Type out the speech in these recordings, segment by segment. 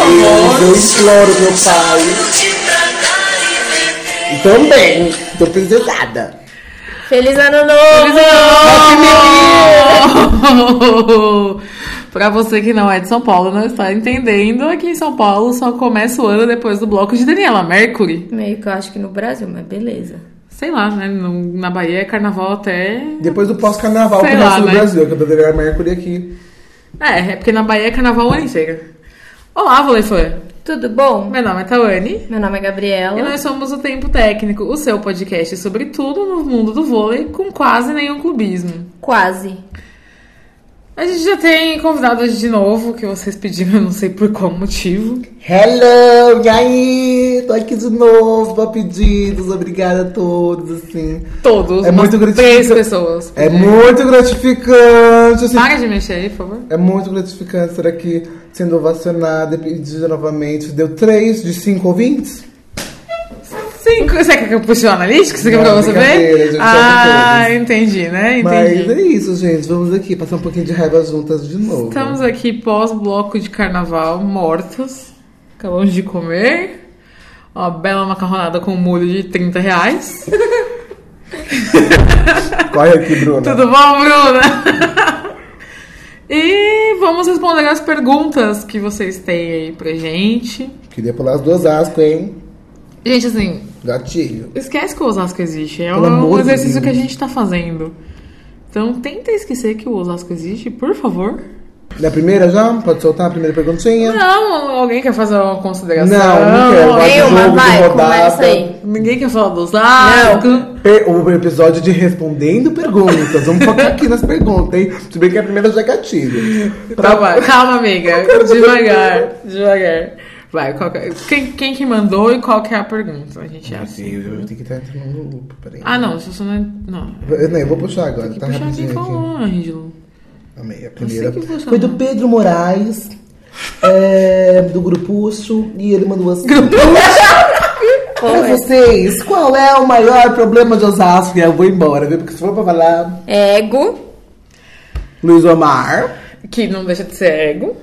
eu imploro meu pai. Também, tô precisada. Feliz ano novo! Pra você que não é de São Paulo, não está entendendo, aqui em São Paulo só começa o ano depois do bloco de Daniela Mercury. Meio que eu acho que no Brasil, mas beleza. Sei lá, né? no- Na Bahia é carnaval até. Depois do pós-carnaval Sei começa lá, no né? Brasil, que eu deveria Mercury aqui. É, é porque na Bahia é carnaval o ano inteiro. Olá, Valefã! Tudo bom? Meu nome é Tawane. Meu nome é E Gabriela. nós somos o Tempo Técnico, o seu podcast sobre tudo no mundo do vôlei, com quase nenhum clubismo. Quase. A gente já tem convidados de novo, que vocês pediram, eu não sei por qual motivo. Hello, e aí? Tô aqui de novo pra pedidos, obrigada a todos, assim. Todos, É umas muito três gratificante. pessoas. É muito gratificante, assim. Para de mexer aí, por favor. É muito gratificante estar aqui sendo ovacionada e pedida novamente. Deu três de cinco ouvintes? Cinco. Você quer que eu puxe o analítico? Você quer Não, pra você brincadeira, ver? gente, só ah, com todos. entendi, né? Mas é Entendi. isso, gente. Vamos aqui passar um pouquinho de raiva juntas de novo. Estamos aqui pós-bloco de carnaval, mortos. Acabamos de comer. Uma bela macarronada com molho de 30 reais. Corre aqui, Bruna. Tudo bom, Bruna? e vamos responder as perguntas que vocês têm aí pra gente. Queria pular as duas asco, hein? Gente, assim, Gatilho. Esquece que o Osasco existe. É Pelo um amor de exercício Deus. que a gente tá fazendo. Então tenta esquecer que o Osasco existe, por favor. Na é primeira já? Pode soltar a primeira perguntinha? Não, alguém quer fazer uma consideração? Não, não quero. Vai de Nenhuma, jogo, de vai, rodada. começa aí. Ninguém quer falar do Osasco. Pe- O episódio de respondendo perguntas. Vamos focar aqui nas perguntas, hein? Se bem que a primeira já é gatilho. Tá, vai. Calma, amiga. é Devagar, devagar. Vai, qual que é- quem, quem que mandou e qual que é a pergunta? A gente acha. Eu tenho que estar entrando no loop, peraí. Ah, não, se você não. é- Não. Eu, não, eu vou puxar agora, Tem que tá puxar quem rapidinho aqui. falou, Ângelo. Amei, a primeira. que vou chamar. Foi do Pedro Moraes, é, do Grupucho, e ele mandou assim. Pra vocês, qual é o maior problema de Osasco? E aí eu vou embora, viu? Porque se for pra falar Ego. Luiz Omar, Que não deixa de ser ego.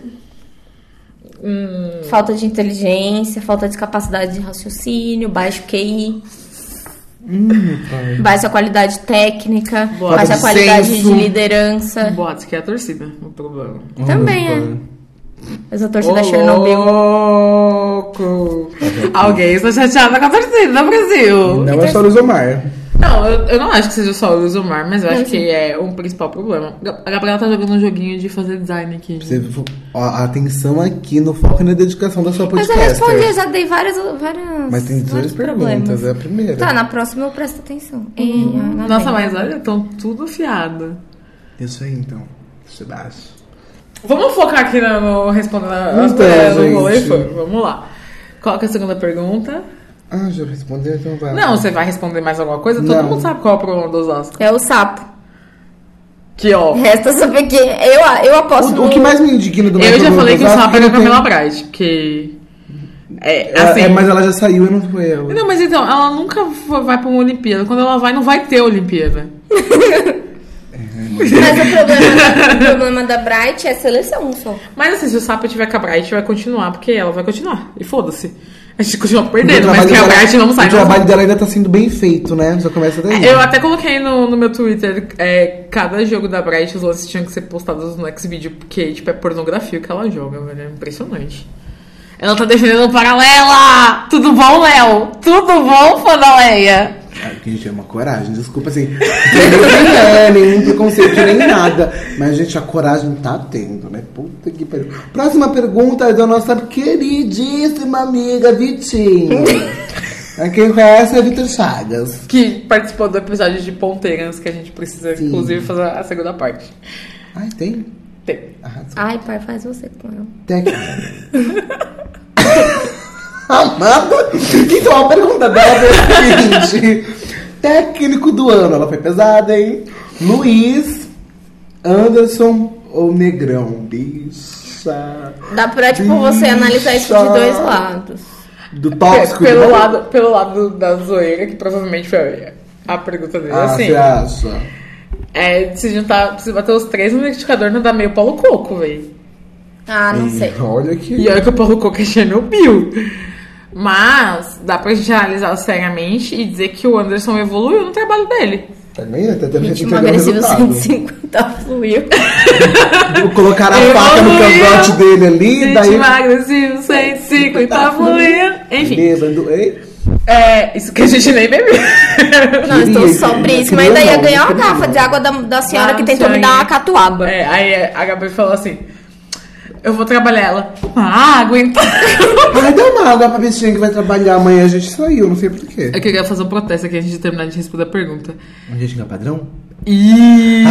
Hum, Falta de inteligência, falta de capacidade de raciocínio, baixo QI. baixa qualidade técnica, Boa. Falta baixa de qualidade senso. de liderança. Boatos que é a torcida, o problema. Também é. Uhum. Essa torcida Ô, Chernobyl. louco! um Alguém está chateada com a torcida do Brasil. não é só Luiz Omar. Não, eu, eu não acho que seja só o Luzumar, mas eu Não, acho que é um principal problema. A Gabriela tá jogando um joguinho de fazer design aqui. Você, ó, atenção aqui no foco e na dedicação da sua Mas eu podcaster. respondi, eu já dei várias. várias Mas tem duas vários perguntas, problemas. é Uhum. a primeira. Tá, na próxima eu presto atenção. Ei, lá Nossa, vem. mas olha, estão tudo fiado. Isso aí então, se baixo. Vamos focar aqui no, no respondendo as Então, mulheres no gente. vôlei, foi. Vamos lá. Qual que é a segunda pergunta? Ah, já respondeu, então vai. Não, você vai responder mais alguma coisa? Todo Não. mundo sabe qual é o problema dos Oscar. É o sapo. Que ó. Resta saber quem. Eu, eu aposto O, no. o que mais me indigna do meu Eu já programa falei que o Osasco é sapo era a não tem- Camila Bright, que. É, Ela- assim. é, mas ela já saiu e não foi ela. Não, mas então, ela nunca fo- vai pra uma Olimpíada. Quando ela vai, não vai ter Olimpíada. Mas o problema, o problema da Bright é a seleção só. Mas assim, se o sapo tiver com a Bright, vai continuar, porque ela vai continuar. E foda-se. A gente continua perdendo, O mas trabalho que a dela- Bright não sai. O não trabalho dela ainda tá sendo bem feito, né? Já começa daí. Eu até coloquei no, no meu Twitter, é, cada jogo da Bright, os lances tinham que ser postados no X-Video, porque, tipo, é pornografia que ela joga, velho. É impressionante. Ela tá defendendo o Paralela! Tudo bom, Léo? Tudo bom, Fandaleia? Ah, Gente, é uma coragem, desculpa assim. Não é nenhum preconceito nem nada. Mas, gente, a coragem tá tendo, né? Puta que pariu. Próxima pergunta é da nossa queridíssima amiga Vitinho. A quem conhece é Vitor Chagas. Que participou do episódio de Ponteiras, que a gente precisa, Sim. inclusive, fazer a segunda parte. Ai, tem? Ah, Tem. Arrasou. Ai, pai, faz você com ela. Até aqui. Amado? Então, a pergunta dela é a seguinte: técnico do ano, ela foi pesada, hein? Luiz, Anderson ou Negrão? Bicha. Dá pra, tipo, você analisar isso de dois lados. Do tóxico pelo, do- lado, pelo lado da zoeira, que provavelmente foi a pergunta dele, Ah, assim. você acha? um É, se juntar, se bater os três no liquidificador, não dá meio Paulo Coco, velho. Ah, não E sei. Hum, Olha que. E olha que o Paulo Coca é Chernobyl. Mas dá pra gente analisar seriamente e dizer que o Anderson evoluiu no trabalho dele. Também, até também a gente Ritmo vai dar agressivo resultado. 150 fluiu. Colocar a Eu faca no não ia. cangote dele ali, daí. Tá Ritmo agressivo, 150 tá fluindo. Enfim, Bêbado, hein? é isso que a gente nem bebeu. Não, Queria, estou queria, queria sobríssima. Ainda ia não, ganhar uma queria garrafa não. de água da, da senhora Ah, que tentou me senhora. dar uma catuaba. É, aí a Gabi falou assim: Eu vou trabalhar ela. Uma água, então. Ai, dá uma água pra bichinha que vai trabalhar amanhã. A gente saiu, não sei porquê. Eu queria fazer um protesto aqui antes de terminar de responder a pergunta. A gente não é padrão? Ih!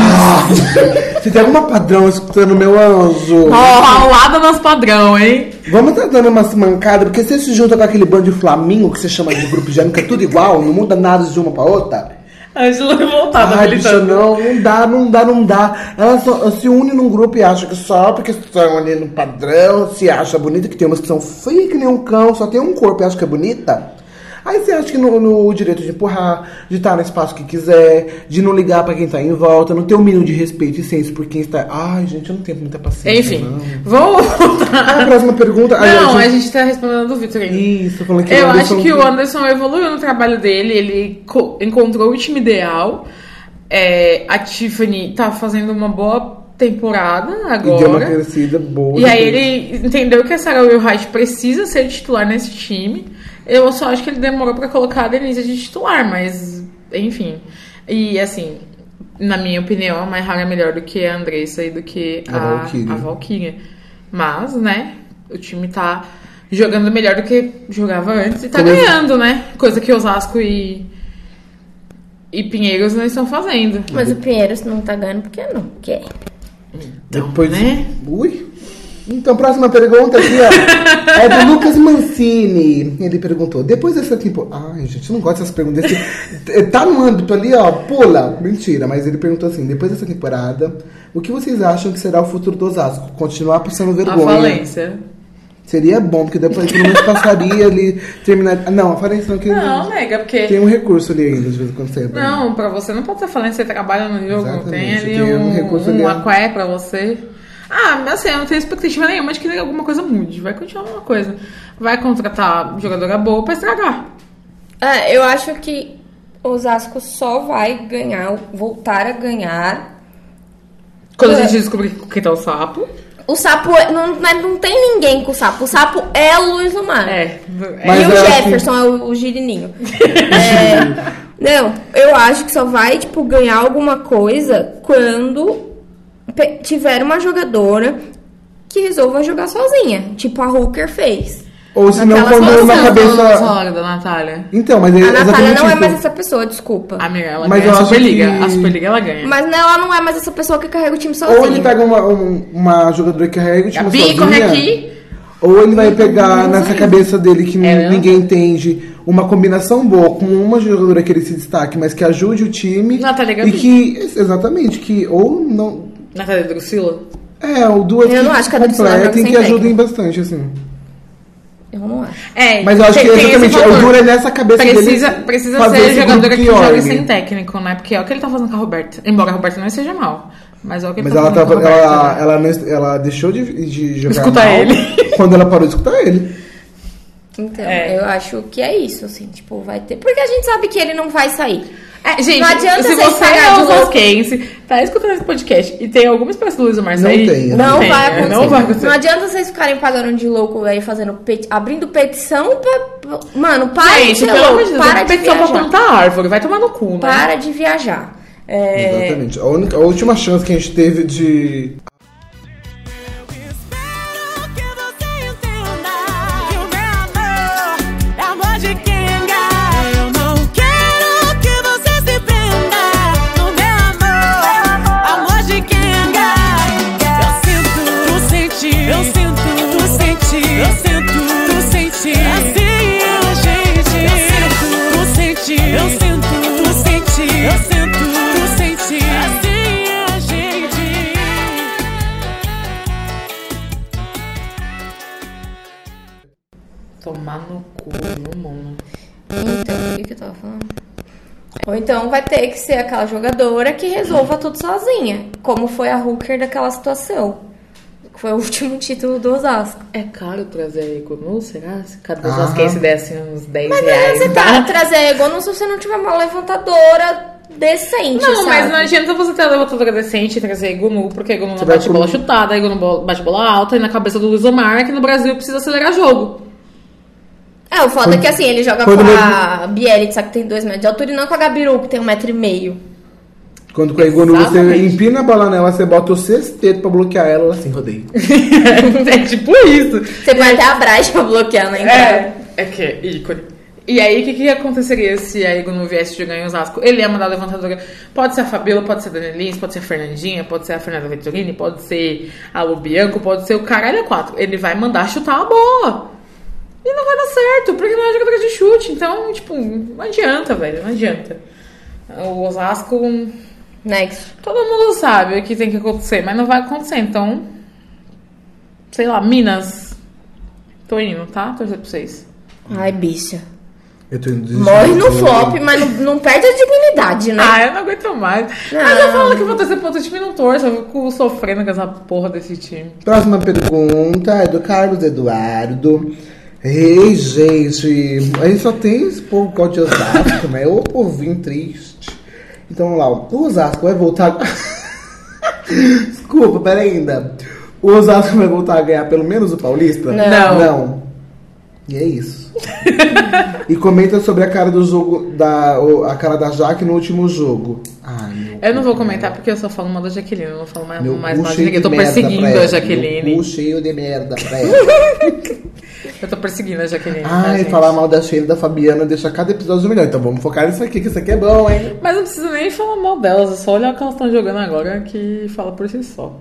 Você tem alguma padrão escutando, meu anjo? Ó, Ralada nas padrão, hein? Vamos tá dando umas mancadas, porque você se junta com aquele bando de flamingo que você chama de grupo de amigo, que é tudo igual, não muda nada de uma pra outra. A Angela revoltada, Ai, bicho, Ah, tá militando. não, não dá, não dá, não dá. Ela só- se une num grupo e acha que só porque estão ali no padrão, se acha bonita, que tem umas que são feias que nem um cão, só tem um corpo e acha que é bonita. Aí você acha que no, no direito de empurrar, de estar no espaço que quiser, de não ligar pra quem tá em volta, não ter o mínimo de respeito e senso por quem está. Ai, gente, eu não tenho muita paciência. Enfim, Não. vamos voltar. Ah, a próxima pergunta. Ai, Não, a a gente- gente tá respondendo do Victor ainda. Isso, falando que Eu o Anderson- acho que o Anderson evoluiu no trabalho dele, ele co- encontrou o time ideal. É, a Tiffany tá fazendo uma boa temporada E deu uma agora. crescida boa. E aí depois. ele entendeu que a Sarah Wilhite precisa ser titular nesse time. Eu só acho que ele demorou pra colocar a Denise de titular, mas enfim. E assim, na minha opinião, a Mayhara é melhor do que a Andressa e do que A a, Valkyria. a Valkyria. Mas, né, o time tá jogando melhor do que jogava antes e tá Como eu- ganhando, né? Coisa que Osasco e, e Pinheiros não estão fazendo. Mas o Pinheiros não tá ganhando porque não quer. Então, Depois. né? Ui. Então, próxima pergunta aqui, ó. é do Lucas Mancini. Ele perguntou: depois dessa tipo. Ai, gente, eu não gosto dessas perguntas. Esse- tá no âmbito ali, ó, pula. Mentira, mas ele perguntou assim: depois dessa temporada, o que vocês acham que será o futuro do Osasco? Continuar passando A vergonha? falência. Seria bom, porque depois pelo menos passaria ali, terminar. Não, a falência não, que Não, nega, porque. tem um recurso ali ainda, de vez em quando né? você Não, pra você não pode estar falando que você trabalha no jogo, não tem Exatamente, ali tem um, algum recurso ali, um ó. aqué pra você. Ah, mas assim, eu não tenho expectativa nenhuma de que alguma coisa mude. Vai continuar uma coisa. Vai contratar jogadora boa pra estragar. É, eu acho que o Osasco só vai ganhar, voltar a ganhar. Quando a É. gente descobrir que tá o sapo. O sapo é- não, não tem ninguém com o sapo. O sapo é o Luiz Omar. É. Mas assim. e o eu acho que- Jefferson é o, o girininho. É, não, eu acho que só vai, tipo, ganhar alguma coisa quando pe- tiver uma jogadora que resolva jogar sozinha. Tipo a Hooker fez. Ou se não Naquela É for situação, uma Cabeça... cabeça. salário da Natália. Então, mas é A Natália exatamente não é isso. mais essa pessoa, desculpa. Amiga, ela Mas ganha eu a acho Superliga. que- A Superliga ela ganha. Mas não, ela não é mais essa pessoa que carrega o time sozinha. Ou ele pega uma, um- uma jogadora que carrega o time Gabi, sozinha. corre aqui. Ou ele vai pegar nessa cabeça dele que É, né? ninguém entende uma combinação boa com uma jogadora que ele se destaque, mas que ajude o time. Natália Gabi. e que. Exatamente, que ou não. Natália Drusila. É, ou duas Eu não acho que a Drusila joga completem sem que ajudem bastante, assim. Eu não acho. É, Mas eu acho tem- que tem esse exatamente, fator. o duro é nessa cabeça Precisa, dele. precisa fazer ser esse jogadora que grupinho joga orme. sem técnico, né? Porque é o que ele tá fazendo com a Roberta. Embora a Roberta não seja mal. Mas é o que ele Mas tá ela, fazendo tava, com a Roberta. ela, ela, não- ela deixou de, de jogar. Escutar mal ele. Quando ela parou de escutar ele. Então, É. eu acho que é isso, assim, tipo, vai ter. Porque a gente sabe que ele não vai sair. É, gente, Não adianta se vocês você pagar de é o louco. Zosquense, tá escutando esse podcast e tem alguma espécie do Luiz Marcelo Não aí, tem, Não Sim, vai é, acontecer. Não vai acontecer. Não adianta vocês ficarem pagando de louco aí, fazendo peti abrindo petição pra. Mano, para de Gente, ser pelo amor louco, de Deus, para tem de petição pra viajar. plantar árvore. Vai tomar no cu, né? Para de viajar. É, Exatamente. A, única- a última chance que a gente teve de Espero que você entenda que o meu amor é amor de quenga. Eu não quero que você se prenda no meu amor, amor de quenga. Eu sinto, tu senti, eu sinto, tu senti, eu sinto, tu senti. Assim a gente. Eu sinto, tu senti, eu sinto, tu senti, eu sinto, tu senti. Assim a gente. Tomar no cu, meu mano. Então, o que, que eu tava falando? Ou então vai ter que ser aquela jogadora que resolva tudo sozinha, como foi a Hooker daquela situação. que foi o último título do Osasco. É caro trazer Egonu, será? Se cada Ah. osasquense desse uns 10 Mas reais. você dá? tá trazer Egon se você não tiver uma levantadora decente, Não, mas sabe? não adianta você ter a levantadora decente e trazer Egonu, porque Egonu não Você vai bate bola pro- chutada, Egonu bo- bate bola alta, e na cabeça do Luiz Omar, que no Brasil precisa acelerar jogo. É, o foda é que assim, ele joga quando com a Bielitsa, que tem dois metros de altura, e não com a Gabiru, que tem um metro e meio. Quando com a Egonu você Exatamente. empina a bola nela, você bota o sexteto pra bloquear ela, ela assim, rodeio. é tipo isso. Você põe até a Braz pra bloquear né? na entrada. É, é que é ícone. E aí, o que, que aconteceria se a Igor não viesse jogar em Osasco? Ele ia mandar a levantadora. Pode ser a Fabiola, pode ser a Dani Lins, pode ser a Fernandinha, pode ser a Fernanda Venturini, pode ser a Lu Bianco, pode ser o caralho a quatro. Ele vai mandar chutar a bola. E não vai dar certo, porque não é jogadora de chute. Então, tipo, não adianta, velho, não adianta. O Osasco, Next. todo mundo sabe o que tem que acontecer, mas não vai acontecer. Então, sei lá, Minas. Tô indo, tá? Torcer pra vocês. Ai, bicha. Eu tô indo desistir. Morre no flop, mas não, não perde a dignidade, né? Ah, eu não aguento mais. Mas eu falo que eu vou torcer pro outro time e não torço. Eu fico sofrendo com essa porra desse time. Próxima pergunta é do Carlos Eduardo. Ei, gente, aí só tem esse povo que gosta de Osasco, né? Ô povinho triste. Então vamos lá, ó. o Osasco vai voltar. Desculpa, pera ainda. O Osasco vai voltar a ganhar pelo menos o Paulista? Não. Não. E é isso. e comenta sobre a cara do jogo, da, o- a cara da Jaque no último jogo. Ai, meu Eu não vou comentar porque eu só falo mal da Jaqueline. Eu não falo mais, meu mais cu mal de cheio ninguém. de Eu tô merda pra perseguindo ela. a Meu cu Jaqueline. cheio de merda pra ela. Eu tô perseguindo a Jaqueline. tá, Ai, gente? falar mal da Sheila e da Fabiana deixa cada episódio melhor. Então vamos focar nisso aqui, que isso aqui é bom, hein? Mas não precisa nem falar mal delas, é só olhar o que elas estão jogando agora que fala por si só.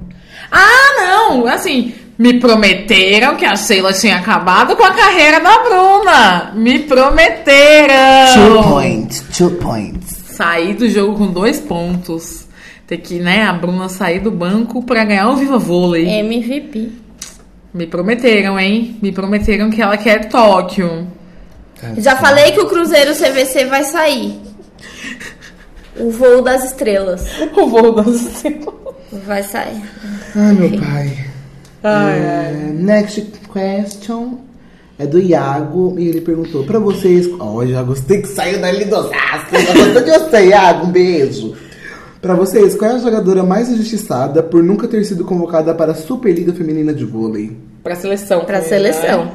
Ah, não! Assim, me prometeram que a Sheila tinha acabado com a carreira da Bruna! Me prometeram! two points. sair do jogo com dois pontos. Ter que, né, a Bruna sair do banco pra ganhar o Viva É. Vôlei. MVP. Me prometeram, hein? Me prometeram que ela quer Tóquio. É. Já falei que o Cruzeiro CVC vai sair. O voo das estrelas O voo das estrelas. um- vai sair. Ai, Ah, meu pai. Ai, ai. É, next question é do Iago e ele perguntou pra vocês. Ó, já gostei que saiu dali do Osasco. Já gostou de você, Iago? Um beijo. Pra vocês, qual é a jogadora mais injustiçada por nunca ter sido convocada para a Superliga Feminina de Vôlei? Pra seleção. Pra né? seleção.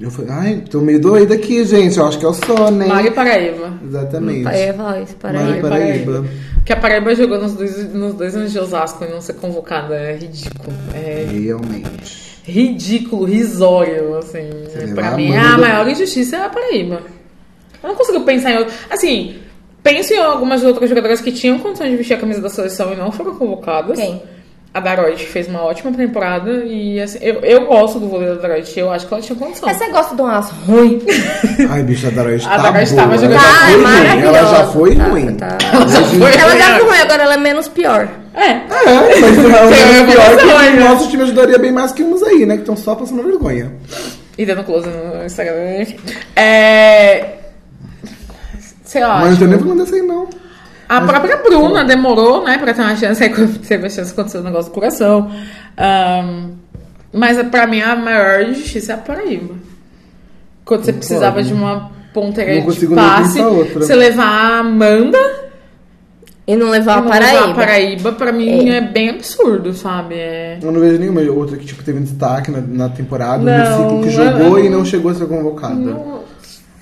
Eu falei, ai, tô meio doida aqui, gente. Eu acho que é o sono, hein? Mari Paraíba. Exatamente. Eu ia falar isso, para Mari aí. Paraíba. Que a Paraíba jogou nos dois, nos dois anos de Osasco e não ser convocada. É ridículo. É Realmente. ridículo, risório, assim. Sei pra lá, mim, Amanda. a maior injustiça é a Paraíba. Eu não consigo pensar em outro. Assim, penso em algumas outras jogadoras que tinham condição de vestir a camisa da seleção e não foram convocadas. Quem? A Daroit fez uma ótima temporada e assim, eu, eu gosto do vôlei da Daroit, eu acho que ela tinha condição. Mas É, você gosta de um umas ruim? Ai, bicho, a Daroy A tá boa. Daroy estava Ela já jogando. Tá, é foi ruim. maravilhosa. Ela já foi Tá, ruim. tá. Foi Ela já melhor. foi ruim, agora ela é menos pior. É, É, mas ela Foi é pior ruim, que né? o nosso time ajudaria bem mais que uns aí, né? Que estão só passando vergonha. e dando close no Instagram. enfim. É. Sei Tá lá. Mas eu tipo, nem falando dessa aí, não. A própria Bruna demorou, né, pra ter uma chance, aí quando teve a chance aconteceu o negócio do coração. Ahn, mas é, pra mim a maior injustiça é a Paraíba. Quando você precisava de uma ponteira Não de consigo nem passe, pensar outra. você levar a Amanda E não levar e a não levar Paraíba. a Paraíba, pra mim é. bem absurdo, sabe? É... Eu não vejo nenhuma outra que tipo, teve destaque na, na temporada, no Não, ciclo, que eu- jogou e não chegou a ser convocada.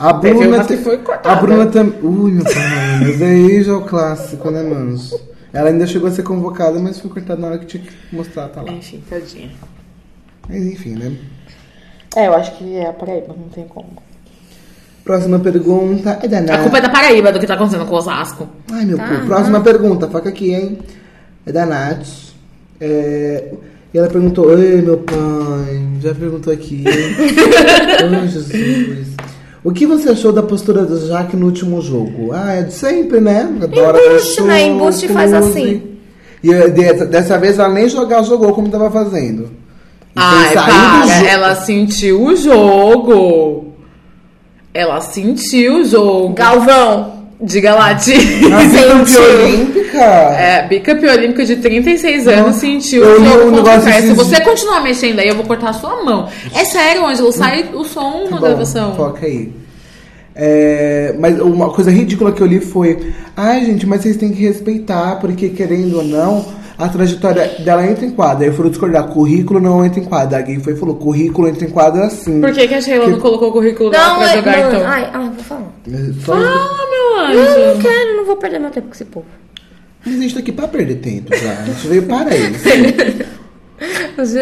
A Teve Bruna. uma que te- foi cortada. A Bruna também. Ui, meu pai, mas aí já é o clássico, né, manos? Ela ainda chegou a ser convocada, mas foi cortada na hora que tinha que mostrar, tá lá. Enfim, tadinha. Mas enfim, né? É, eu acho que é a Paraíba, não tem como. Próxima pergunta é da A Nath. culpa é da Paraíba, do que tá acontecendo com o Osasco. Ai, Tá, meu né? cu. Próxima pergunta, foca aqui, hein? É da Nath. É, E ela perguntou, ei, meu pai, já perguntou aqui. Ai, Jesus. O que você achou da postura da Jaque no último jogo? Ah, é de sempre, né? Adora Embuste, né? cachorro, Embuste faz cruze. assim. E eh, de- dessa vez ela nem jogar jogou como tava fazendo. E Ai, tem saído Então, do é para, É, jogo. ela sentiu o jogo. Ela sentiu o jogo. Galvão. Diga lá, Ti. A bicampeã Gente. um olímpica. É, bicampeã olímpica de 36 anos Nossa, sentiu eu li o um jogo contra o negócio Fer. Se desses- você continuar mexendo aí, eu vou cortar a sua mão. É sério, Ângelo, sai o som na Hum. Tá Bom, Tá gravação. Foca aí. É, mas uma coisa ridícula que eu li foi: ai, gente, mas vocês têm que respeitar, porque querendo ou não, a trajetória dela entra em quadra. Aí foram discordar: currículo não entra em quadra. A gay foi e falou: currículo entra em assim." quadra sim. Por que, que a Sheila não colocou o currículo dela Não, pra é- jogar, não, então? Ai, ai, vou falar. É, Só- Ah, meu Não, anjo. não quero, não vou perder meu tempo com esse povo. Mas a gente tá aqui pra perder tempo já. A gente veio para isso. é.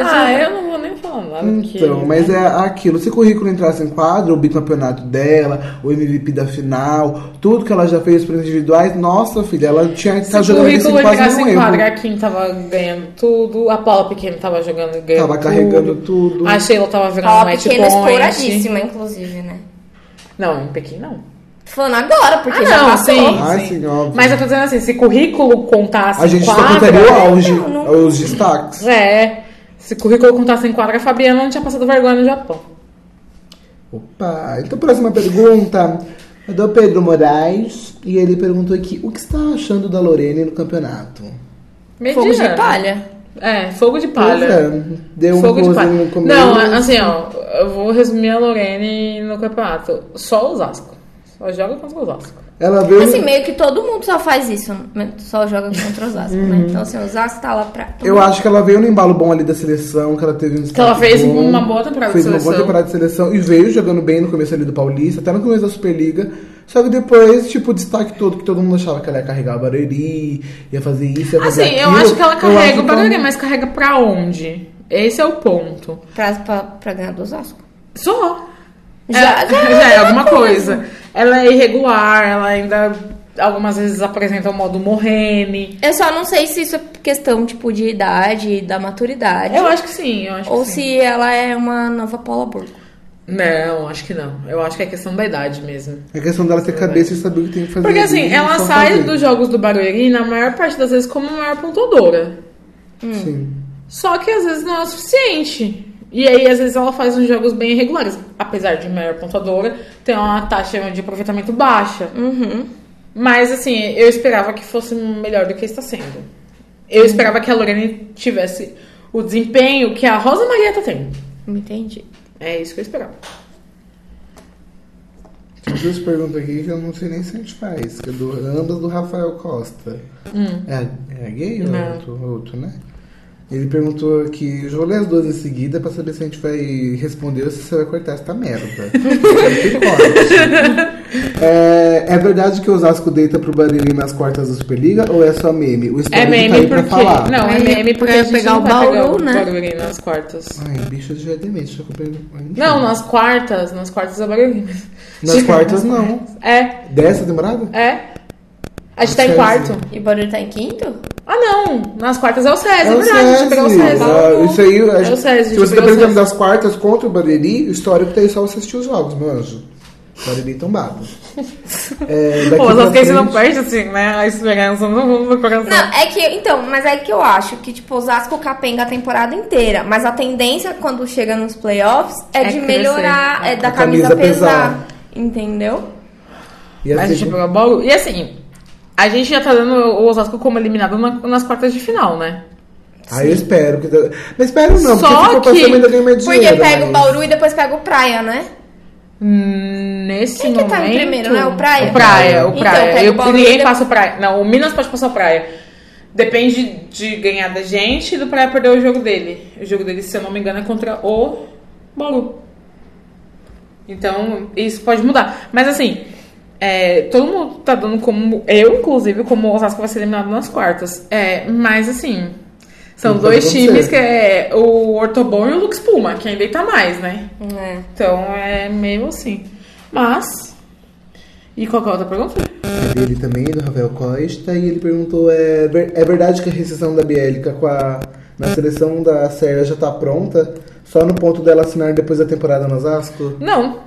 Ah, eu não vou nem falar nada. porque- Então, mas é aquilo. Se o currículo entrasse em quadro, o bicampeonato dela, o MVP da final, tudo que ela já fez para individuais, nossa filha, ela tinha que Se estar o jogando isso currículo em quase entrasse um em é erro. quadra, a Kim tava ganhando tudo, a Paula Pequeno tava jogando ganhando Tava carregando tudo. a Sheila tava virando Ó, match pequena point. exploradíssima, inclusive, né? Não, em Pequim não. Tô falando agora, porque Ah, já não, passou. sim. Ah, sim, óbvio. Mas eu tô dizendo assim, se currículo contasse A em gente só quadra... contaria o auge, Não, não. os destaques. É, se currículo contasse em quadra, a Fabiana não tinha passado vergonha no Japão. Opa, então próxima pergunta é do Pedro Moraes. E ele perguntou aqui, o que está achando da Lorene no campeonato? Fogo de Mediana. palha. É, fogo de Pois palha. é, Deu um Fogo de palha. gozinho no começo. Não, assim, ó, eu vou resumir a Lorene no campeonato. Só Osasco. Só joga contra o Osasco. Ela veio... Assim, meio que todo mundo só faz isso, né? só joga contra o Osasco, né? Então, assim, o Osasco tá lá pra... Eu acho que ela veio no embalo bom ali da seleção, que ela teve um destaque ela fez bom, uma boa temporada fez de uma boa seleção. temporada de seleção e veio jogando bem no começo ali do Paulista, até no começo da Superliga. Só que depois, tipo, o destaque todo que todo mundo achava que ela ia carregar o Barueri, ia fazer isso, ia fazer Assim, eu aquilo, acho que ela é. eu então- carrega o que ela- Bagulho, mas carrega pra onde? Esse é o ponto. Pra, pra, pra ganhar do Osasco. Só. Já- é, já é alguma coisa. Ela é irregular, ela ainda algumas vezes apresenta o modo Morrene. Eu só não sei se isso é questão, tipo, de idade, da maturidade. Eu acho que sim, eu acho ou que sim. se ela é uma nova Paula Burco. Não, acho que não. Eu acho que é questão da idade mesmo. É questão dela ter cabeça e saber o que tem que fazer. Porque assim, ali, ela só sai fazer. dos jogos do Barueri na maior parte das vezes como a maior pontuadora. Sim. Hum. Só que às vezes não é o suficiente. E aí, às vezes, ela faz uns jogos bem irregulares. Apesar de maior pontuadora, tem uma taxa de aproveitamento baixa. Uhum. Mas, assim, eu esperava que fosse melhor do que está sendo. Eu esperava que a Lorene tivesse o desempenho que a Rosa Maria tá tendo. Me entendi. É isso que eu esperava. Tem duas perguntas aqui que eu não sei nem se a gente faz. Que é do, ambas do Rafael Costa. É, é gay ou Hum. Não. outro, outro, né? Ele perguntou aqui, eu vou ler as duas em seguida pra saber se a gente vai responder ou se você vai cortar essa merda. Que corte. é, é verdade que o Osasco deita pro Bariri nas quartas da Superliga ou é só meme? O É histórico tá meme aí pra porque. falar. Não, é Aí, meme porque porque a gente pegar não o vai pegar Bauru, o né? Barueri nas quartas. Ai, bicho, eu já é demente, já comprei- Não, nas quartas. Nas quartas é Barueri. mas- Nas quartas não. É, Dessa temporada? é. A gente tá em César. quarto. E o Barulho tá em quinto? Ah, não. Nas quartas é o SESI, É o verdade. A gente SESI. pegou o SESI. Ah, Isso aí, a é o gente- SESI. se você tá pegou o perguntando SESI. das quartas contra o Bareri, o histórico tá aí só você assistir os jogos, meu anjo. Bareri tombado. É, daqui Pô, pra só que você não frente- perde, assim, né? A esperança no mundo do coração. Não, é que, então, mas é que eu acho que, tipo, Osasco capenga a temporada inteira. Mas a tendência quando chega nos playoffs é, É de crescer. melhorar, é da A camisa, camisa pesar. pesar. Entendeu? E A gente pegou o Bauru. E assim, a gente já tá dando o Osasco como eliminado na- nas quartas de final, né? Aí Ah, eu espero. Que... tá- Mas espero não, porque Só se for que- passando ainda ganha meu Porque dinheiro. pega mas- o Bauru e depois pega o Praia, né? Hum, Nesse Quem que momento... tá em primeiro, né? O Praia? O Praia, o Então, Praia. pega o Eu- Bauru e ninguém de- passa o Praia. Não, o Minas pode passar o Praia. Depende de ganhar da gente e do Praia perder o jogo dele. O jogo dele, se eu não me engano, é contra o Bauru. Então, isso pode mudar. Mas assim, é, todo mundo tá dando como... Eu, inclusive, como o Osasco vai ser eliminado nas quartas. É, mas assim... São Não pode dois times acontecer. que é o Ortobon e o Lux Puma, que ainda tá mais, né? É. Então é meio assim. Mas. E qual que é a outra pergunta? É dele também, do Rafael Costa. E ele perguntou: é, ver- é verdade que a rescisão da Bielica com a... na seleção da Sérvia já tá pronta? Só no ponto dela assinar depois da temporada no Osasco? Não.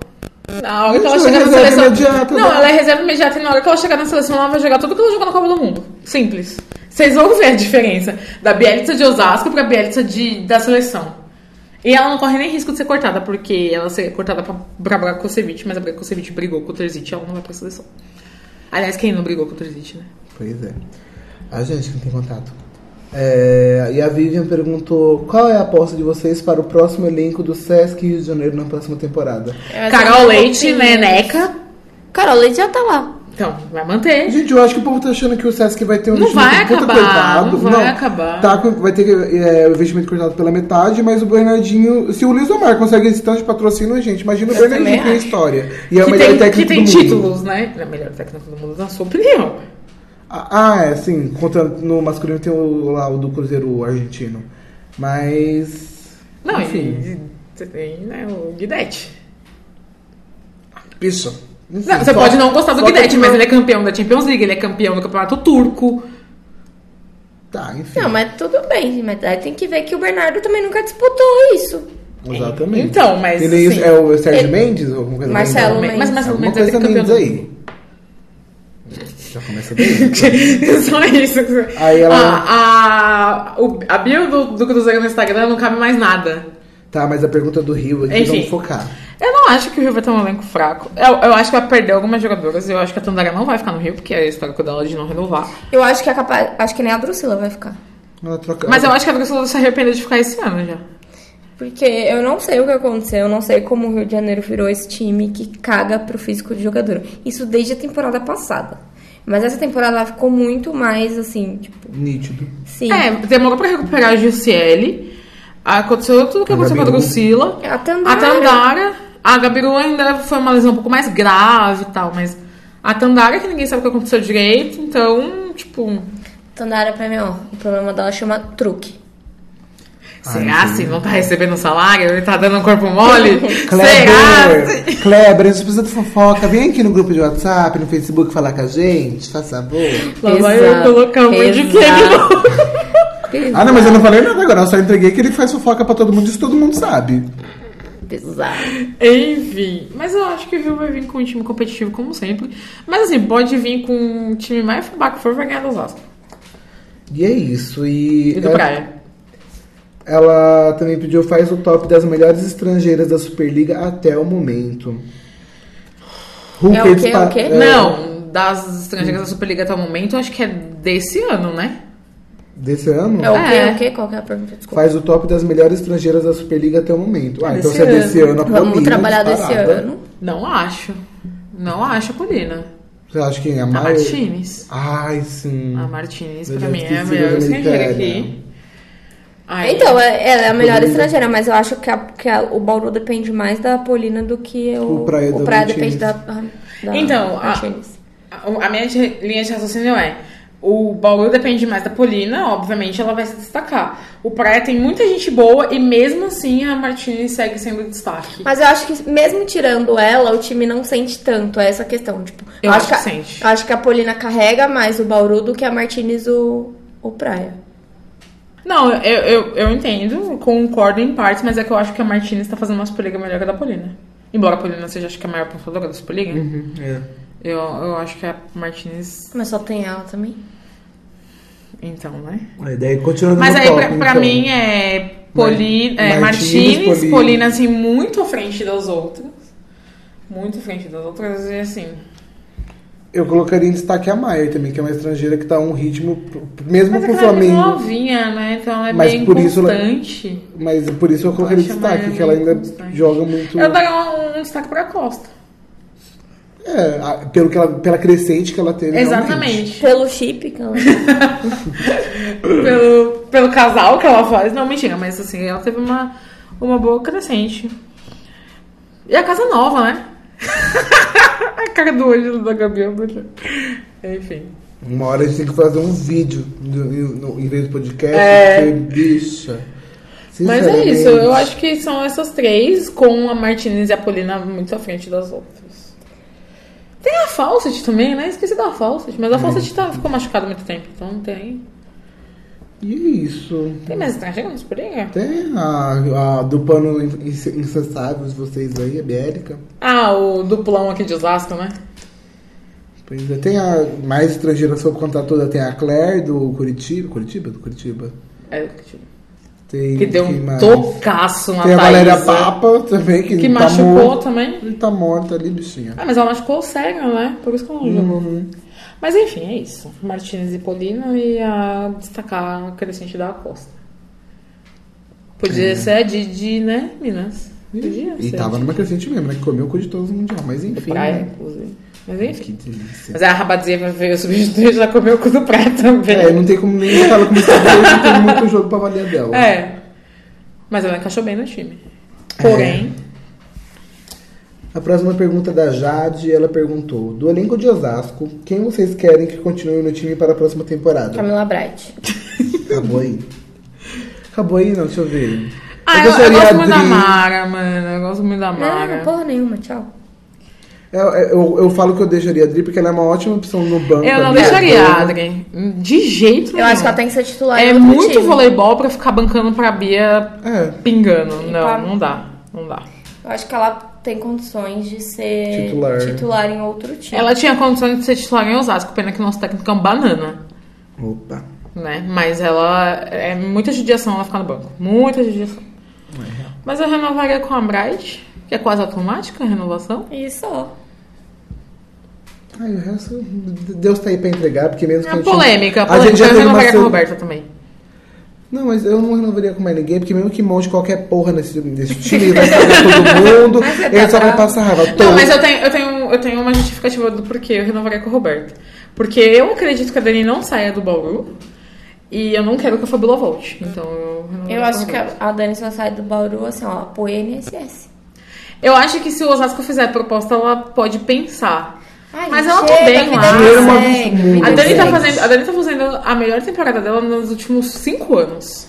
Na hora que Mas ela ela chegar é na reserva seleção. imediata, não, né? ela é reserva imediata e na hora que ela chegar na seleção, ela vai jogar tudo que ela jogou na Copa do Mundo. Simples. Vocês vão ver a diferença da Bielitsa de Osasco pra Bielitsa de, da seleção. E ela não corre nem risco de ser cortada, porque ela ser cortada pra, pra Brakosevic, mas a Brakosevic brigou com o Terzic e ela não vai pra seleção. Aliás, quem não brigou com o Tricity, né? Pois é. A gente não tem contato. É, e a Vivian perguntou qual é a aposta de vocês para o próximo elenco do Sesc Rio de Janeiro na próxima temporada. É, Carol Leite, né, Neca. Carol Leite já tá lá. Então, vai manter. Gente, eu acho que o povo tá achando que o Sesc vai ter um Não investimento vai puta acabar, coitado. não vai acabar. Tá, com- vai ter é, o investimento cortado pela metade, mas o Bernardinho. Se o Luiz Omar consegue esse tanto de patrocínio, gente, imagina o Bernardinho que tem história. E é o que melhor tem, técnico que tem do mundo. títulos, né? É o melhor técnico do mundo, na sua opinião. Ah, ah, é, sim. Contando no masculino tem o, lá o do Cruzeiro argentino. Mas. Não, enfim. e você tem né, o Guidetti. Isso. Não, você pode não gostar do Guidetti, mas ele é campeão da Champions League, ele é campeão do Campeonato Turco. Tá, enfim. Não, mas tudo bem. Mas aí tem que ver que o Bernardo também nunca disputou isso. Exatamente. Então, mas, Ele é, assim, é o Sérgio ele- Mendes ou alguma coisa Mendes. Marcelo Mendes. Mas mais ou Alguma menos é coisa campeão. Mendes do- aí. Já começa bem. Só isso. que você- Aí ela- A, a, o- a bio do, do Cruzeiro no Instagram não cabe mais nada. Tá, mas a pergunta do Rio aqui, Enfim. vamos focar. Eu não acho que o Rio vai ter um elenco fraco. Eu, eu acho que vai perder algumas jogadoras. Eu acho que a Tandara não vai ficar no Rio, porque é histórico dela de não renovar. Eu acho que é capaz. Acho que nem a Drusila vai ficar. Ela troca... Mas eu acho que a Drusila se arrependeu de ficar esse ano já. Porque eu não sei o que aconteceu, eu não sei como o Rio de Janeiro virou esse time que caga pro físico de jogador. Isso desde a temporada passada. Mas essa temporada ela ficou muito mais assim, tipo, Nítido. sim. É, demorou pra recuperar a Jussiele. Aconteceu tudo o que A aconteceu com a Gabiru. Drusila. A Tandara. A Tandara. A Gabiru ainda foi uma lesão um pouco mais grave e tal, mas... A Tandara, que ninguém sabe o que aconteceu direito, então, tipo... Tandara pra mim, ó, o problema dela chama truque. Será se não tá recebendo salário? Ele tá dando um corpo mole? Será? Kleber, Kleber, a gente precisa de fofoca. Vem aqui no grupo de WhatsApp, no Facebook, falar com a gente, faz favor. Lá vai eu Pesado, colocar um monte de pesado. queijo. Ah, não, mas eu não falei nada agora, eu só entreguei que ele faz fofoca pra todo mundo, isso todo mundo sabe. Pesado. Enfim, mas eu acho que o Rio vai vir com um time competitivo como sempre. Mas assim, pode vir com um time mais fubá que for vai ganhar do Osasco. E é isso. E, é E do ela, Praia. ela também pediu, faz o top das melhores estrangeiras da Superliga até o momento. É o quê? É o dispa- quê? é, Não, das estrangeiras da Superliga até o momento, acho que é desse ano, né? Desse ano? É o quê? É. O quê? Qual que é a pergunta? Desculpa. Faz o top das melhores estrangeiras da Superliga até o momento. Ah, então Desse se é desse ano, a Vamos Paulina trabalhar desse disparada. ano. Não acho. Não acho a Polina. Você acha quem é a A Maio? Martinez. Ai, sim. A Martinez, Eu Ah, pra já mim, é a esqueci melhor da né? estrangeira Micaela. aqui. Ai, Então, é- ela é a melhor estrangeira, mas eu acho que, a- que a- o Bauru depende mais da Paulina do que o, O Praia da depende Martins. da, ah, da Então, a- Martins. A a minha de- linha de raciocínio é: o Bauru depende mais da Polina, obviamente ela vai se destacar. O Praia tem muita gente boa e mesmo assim a Martini segue sendo destaque. Mas eu acho que mesmo tirando ela, o time não sente tanto essa questão. Tipo, Eu acho a- que sente. Eu acho que a Polina carrega mais o Bauru do que a Martinez o, o Praia. Não, eu, eu, eu entendo, concordo em partes, mas é que eu acho que a Martini está fazendo uma Superliga melhor que a da Polina. Embora a Polina seja, acho que, a maior pontuadora da Superliga, Uhum, é. eu, eu acho que a Martinez. Mas só tem ela também. Então, né? Aí É, daí continuando Mas no aí, top, pra, pra então. mim, é, Poli, Mar- é Martins, Martins, Poli- Polina, assim, muito à frente das outras. Muito à frente das outras, e assim. Eu colocaria em destaque a Maia também, que é uma estrangeira que tá um ritmo, pro- mesmo Mas é pro que ela é muito Flamengo. novinha, né? Então ela é Mas bem por isso ela- constante. Mas por isso eu colocaria em Acho a destaque, Maia que ela meio ainda constante. joga muito. Eu daria um, um destaque pra Costa. É, a- pelo que ela, pela crescente que ela teve. realmente. Exatamente. Pelo chip que ela. é pelo, pelo casal que ela faz. Não, mentira, mas assim, ela teve uma, uma boa crescente. E a casa nova, né? a cara do olho da Gabi. eu não- Enfim. Uma hora a gente tem que fazer um vídeo do- no- em vez do podcast, É. porque, bicha. Mas é isso, sinceramente, eu acho que são essas três, com a Martinez e a Polina muito à frente das outras. Tem a Fawcett também, né? Esqueci da Fawcett, mas a Uhum. Fawcett tá, ficou machucada há muito tempo, então não tem. E é isso. Tem mais estrangeiros por aí? Tem a, a do pano in- in- incessáveis, vocês aí, a Bérica. Ah, o duplão aqui de Osasco, né? Pois é, tem a mais estrangeira sob contrato toda, tem a Claire do Curitiba. Curitiba? Do Curitiba. É, tipo, Tem, Que deu quem um mais? tocaço na Tem a Valéria Thaísa. Papa também, que, Que tá machucou morta. também. Ele tá morta ali, bichinha. Ah, mas ela machucou sério, né? Por isso que Uhum. ela não jogou. Mas enfim, é isso. Martinez e Polino e a destacar a crescente da Costa. Podia ser a Didi, né, Minas? Podia E ser. tava a numa crescente mesmo, né? Que comeu o cu de todos mundial. Mas enfim. Didi. praia, né? inclusive. Mas enfim. Que delícia. Mas a Rabadia veio substituir e já comeu o cu do praia também. É, não tem como nem ela começar a ver, não tem muito jogo pra valer dela. É. Mas ela encaixou bem no time. É. Porém, A próxima pergunta é da Jade, ela perguntou: Do elenco de Osasco, quem vocês querem que continue no time para a próxima temporada? Camila Bright. Acabou aí. Acabou aí, não, deixa eu ver. Ah, eu, eu gostaria gosto muito da Adri. Mara, mano. Eu gosto muito da Não, Mara. não, porra nenhuma, tchau. Eu, É, eu, eu falo que eu deixaria a Adri porque ela é uma ótima opção no banco. eu não ali, deixaria a agora. Adrien. De jeito nenhum. Eu acho que ela tem que ser titular. É em outro muito time. voleibol pra ficar bancando pra Bia É, pingando. não, pra- não dá. Não dá. Eu acho que ela tem condições de ser Titular. titular em outro time. Ela tinha condições de ser titular em Osasco. Pena que o nosso técnico é um banana, opa. né? Mas ela... É muita judiação ela ficar no banco. Muita judiação. Mas eu renovaria com a Bright, que é quase automática a renovação. E só. Ai, o resto, Deus tá aí pra entregar, porque mesmo É que uma a gente- a polêmica. gente polêmica. já Eu teve uma renovaria com a se- Roberta também. Não, mas eu não renovaria com mais ninguém, porque mesmo que monte qualquer porra nesse, nesse time, vai saber todo mundo, Mas é ele só vai bravo. passar raiva. Não, Todo- mas eu tenho, eu, tenho, eu tenho uma justificativa do porquê eu renovaria com o Roberto. Porque eu acredito que a Dani não saia do Bauru. E eu não quero que a Fabiola volte. Então eu renovaria Eu com acho o que Roberto. a Dani só sai do Bauru, assim, ó, apoia a INSS. Eu acho que se o Osasco fizer a proposta, ela pode pensar. Ai, Mas gente, ela tá chega, bem vida lá. que Dinheiro é uma segue, vida vida A Entendi. Dani, que tá segue. fazendo, a Dani tá fazendo a melhor temporada dela nos últimos cinco anos.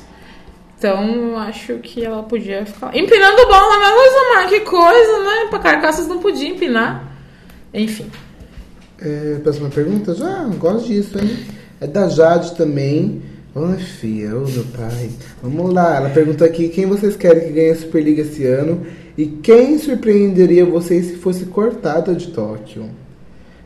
Então, eu acho que ela podia ficar. Empinando bola, né, Luiz Omar? Que coisa, né? Pra carcaças não podia empinar. Enfim. É, próxima pergunta? Já, gosto disso, hein? É da Jade também. Ai, filha, ô meu pai. Vamos lá, ela perguntou aqui quem vocês querem que ganhe a Superliga esse ano e quem surpreenderia vocês se fosse cortada de Tóquio.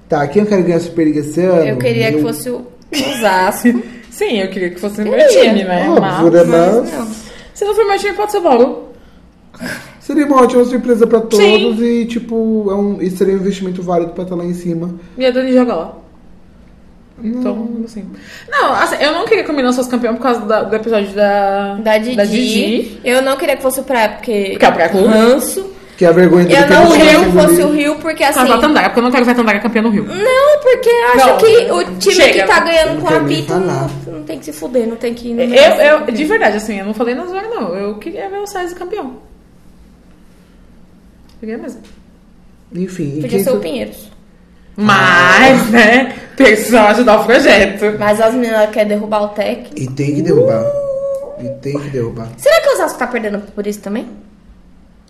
Tá, quem eu quero ganhar a Superliga esse ano? Eu queria que fosse o Osasco. Sim, eu queria que fosse no meu time, né? Óbvio, né? Mas, Mas, É, mas não. se não for meu time, pode ser o Bauru. Seria uma ótima surpresa pra todos Sim. e, tipo, é um, e seria um investimento válido pra estar lá em cima. E a Dani joga lá. Então, assim. Não, assim, eu não queria combinar suas campeãs por causa da- do episódio da. Da Didi. Da Didi. Eu não queria que fosse o Praia, porque... Porque é o Praia Clube. um Ranço. Que é a vergonha dele Eu que não ele queria que tinha fosse engolido. o Rio, porque Por causa da assim... Tandara, porque eu não quero ver a Tandara campeã no Rio. Não, porque eu acho Não, que o time chega. que tá ganhando Não com quero a nem Pito não, falar. não tem que se fuder, não tem que... Não Eu, eu, de verdade, assim, eu não falei na zoeira, não. Eu queria ver o Sainz campeão. Eu queria mesmo. Enfim, e Podia quem ser sur- o Pinheiros. Mas, né? Pessoal ajudar o projeto. Mas as meninas querem derrubar o Tec. E tem que derrubar. E tem que derrubar. Será que o Osasco tá perdendo por isso também?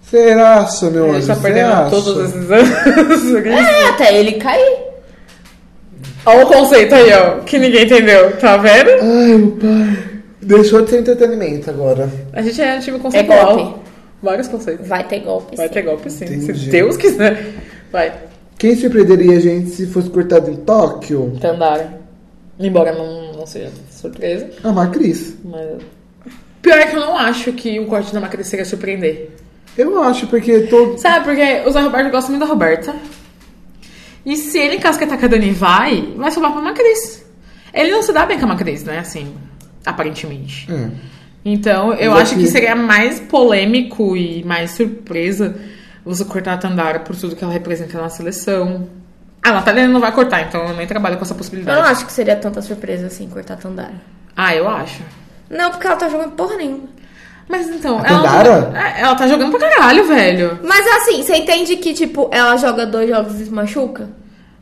Será, seu meu Ele anjo? tá está Cê perdendo acha? todos esses anos. É, até ele cair. Olha o conceito aí, ó. Que ninguém entendeu, tá vendo? Ai, meu pai. Deixou de ser entretenimento agora. A gente é um time conceitual. É golpe. Vários conceitos. Vai ter golpe. Vai sim. ter golpe sim, se Entendi. Deus quiser. Vai. Quem surpreenderia a gente se fosse cortado em Tóquio? Tandara. Embora não, não seja surpresa. A Macris. Mas. Pior é que eu não acho que o corte da Macris seria surpreender. Eu acho, porque todo. Sabe, porque o Zé Roberto gosta muito da Roberta. E se ele encasquetar que a Dani vai, vai sobrar pra Macris. Ele não se dá bem com a Macris, né? Assim, aparentemente. É. Então, eu Mas acho aqui- que seria mais polêmico e mais surpresa você cortar a Tandara por tudo que ela representa na seleção. A Natália não vai cortar, então eu nem trabalho com essa Eu não possibilidade. acho que seria tanta surpresa assim cortar a Tandara. Ah, eu acho. Não, porque ela tá jogando porra nenhuma. Mas então. A ela não- Tandara? É, ela tá jogando pra caralho, velho. Mas assim, você entende que, tipo, ela joga dois jogos e se machuca?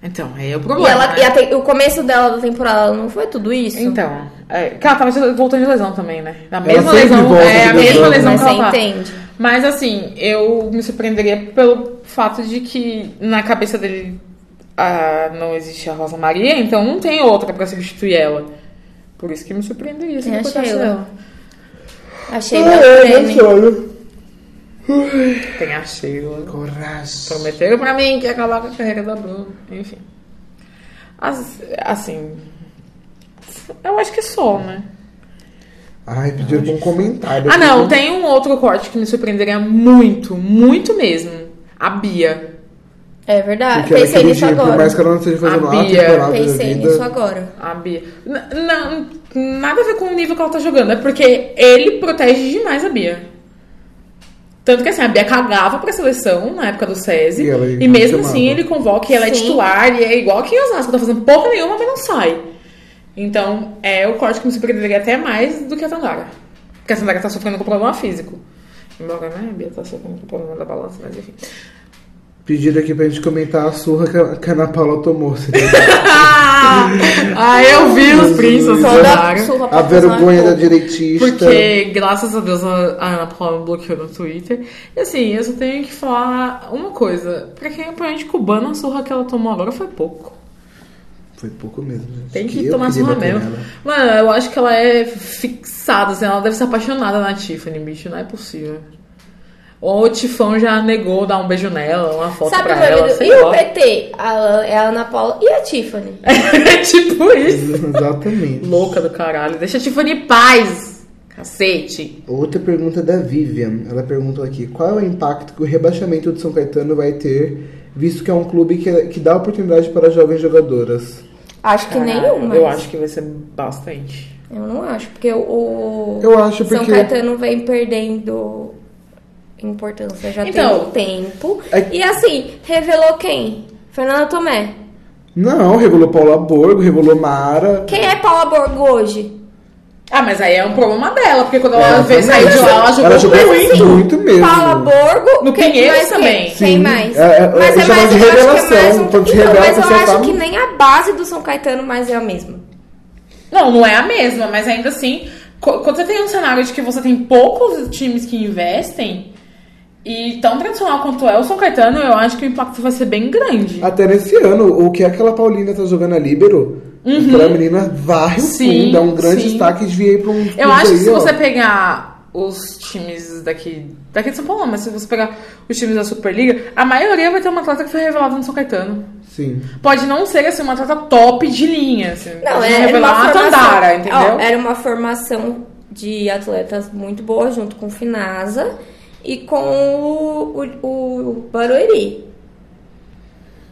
Então, aí é o E, problema. ela, né? e a te- o começo dela da temporada ela não foi tudo isso? Então, é, que ela tava de- voltando de lesão também, né? Da mesma sempre lesão, volta é de a mesma lesão, né? lesão mas que você ela tá. entende. Mas assim, eu me surpreenderia pelo fato de que na cabeça dele ah, não existe a Rosa Maria, então não tem outra pra substituir ela. Por isso que me surpreenderia se Tem não a acontece Sheila. dela. Achei Ah, meu é, prêmio. meu sonho. Tem a Sheila. Coragem. Prometeram pra mim que ia acabar com a carreira da Bruna. Enfim. é As- assim. Eu acho que só, né? Ai, pediram pra um comentário. Ah, aqui. não, tem um outro corte que me surpreenderia muito, muito mesmo. A Bia. É verdade. Porque ela Pensei nisso queridinha, Por agora. mais que ela não esteja fazendo A uma Bia. temporada da Pensei vida. nisso agora. A Bia. N- Não, nada a ver com o nível que ela tá jogando, é porque ele protege demais a Bia. Tanto que assim, a Bia cagava pra seleção na época do SESI. E ela E, mesmo chamava. assim ele convoca e ela é Sim. titular e é igual que em Osasco, tá fazendo porra nenhuma, mas não sai. Então é o corte que me surpreenderia até mais do que a Tandara. Porque a Tandara tá sofrendo com problema físico. Embora, né, a Bia tá sofrendo com problema da balança, mas enfim. Pediram aqui pra gente comentar a surra que a, que a Ana Paula tomou. se lembra? ah, eu vi os prints, vocês Só dá mandaram. surra pra a vergonha da funcionar. direitista. Porque, graças a Deus, a a Ana Paula me bloqueou no Twitter. E assim, eu só tenho que falar uma coisa. Pra quem é apoiante cubano, a surra que ela tomou agora foi pouco. Foi pouco mesmo, gente. Tem que Eu tomar queria surra bater mesmo. nela. Mano, eu acho que ela é fixada, assim, ela deve ser apaixonada na Tiffany, bicho. Não é possível. Ou o Tifão já negou dar um beijo nela, uma foto Sabe o pra meu ela. medo? sei E o lá. PT? A, Lan- é a Ana Paula e a Tiffany. É tipo isso. Exatamente. Louca do caralho. Deixa a Tiffany em paz. Cacete. Outra pergunta da Vivian. Ela perguntou aqui: qual é o impacto que o rebaixamento de São Caetano vai ter, visto que é um clube que, que dá oportunidade para jovens jogadoras? Acho que Caralho, nenhuma. Eu acho que vai ser bastante. Eu não acho, porque o. o Eu acho São porque- Caetano vem perdendo importância já Então- tem um tempo. É- E assim, revelou quem? Fernanda Tomé. Não, regulou Paula Borgo, regulou Mara. Quem é Paula Borgo hoje? Ah, mas aí é um problema dela, porque quando É, ela veio, também. saiu de lá, ela jogou, Ela jogou assim. muito. muito, muito mesmo. Paula Borgo. No quem Pinheiros mais também. Quem, quem Sim. mais? É, é, é chamado de eu acho que é revelação, mais um- quando se Então, revela, mas eu você tá acho fala- que nem a base do São Caetano mais é a mesma. Não, não é a mesma, mas ainda assim, co- quando você tem um cenário de que você tem poucos times que investem, e tão tradicional quanto é o São Caetano, eu acho que o impacto vai ser bem grande. Até nesse ano, o que aquela Paulina tá jogando a Líbero, aquela menina varre o Uhum. Sim, fundo, é um grande sim. destaque, desviei pra um. Eu um acho que se aí, ó. você pegar os times daqui, daqui de São Paulo, mas se você pegar os times da Superliga, a maioria vai ter uma atleta que foi revelada no São Caetano. Sim. Pode não ser assim, uma atleta top de linha. Assim, Não, é, pode era revelar uma uma formação, Tandara, entendeu? ó, é. era uma formação de atletas muito boa, junto com o Finasa e com o, o, o Barueri.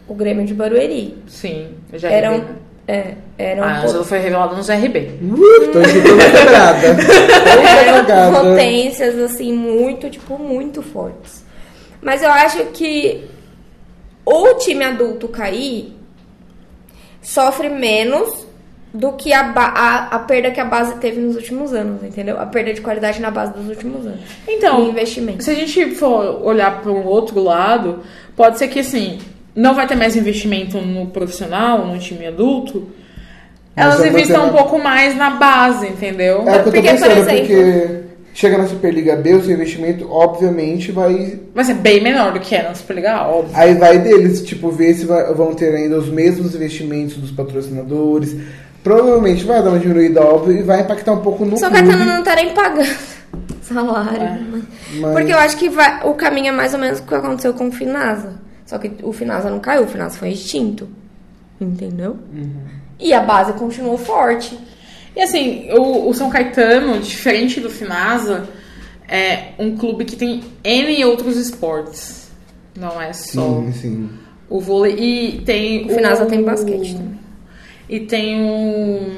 O Grêmio de Barueri. Sim, eu já Eram. revelei. É, eram. A Ângela Ah, foi revelada no GRB. Uh, tô chutando a quebrada. Outra eram cagada. potências, assim, muito, tipo, muito fortes. Mas eu acho que o time adulto cair sofre menos do que a, ba- a, a perda que a base teve nos últimos anos, entendeu? A perda de qualidade na base dos últimos anos. Então, E investimento. se a gente for olhar para um outro lado, pode ser que assim, não vai ter mais investimento no profissional, no time adulto. Mas Elas vai investem um manter na- pouco mais na base, É entendeu? o que eu tô Porque, por pensando, exemplo- porque chega na Superliga B, o seu investimento, obviamente, vai. Mas é bem menor do que era na Superliga, óbvio. Aí vai deles, tipo, ver se vai- vão ter ainda os mesmos investimentos dos patrocinadores. Provavelmente vai dar uma diminuída, óbvio, e vai impactar um pouco no São clube, Caetano não tá nem pagando salário. né? mas- Porque eu acho que vai- o caminho é mais ou menos o que aconteceu com o Finasa. Só que o Finasa não caiu, o Finasa foi extinto. Entendeu? E a base continuou forte. E assim, o, o São Caetano, diferente do Finasa, é um clube que tem N outros esportes. Não é só. Sim, sim. O vôlei. E tem. um O Finasa tem basquete também. E tem o.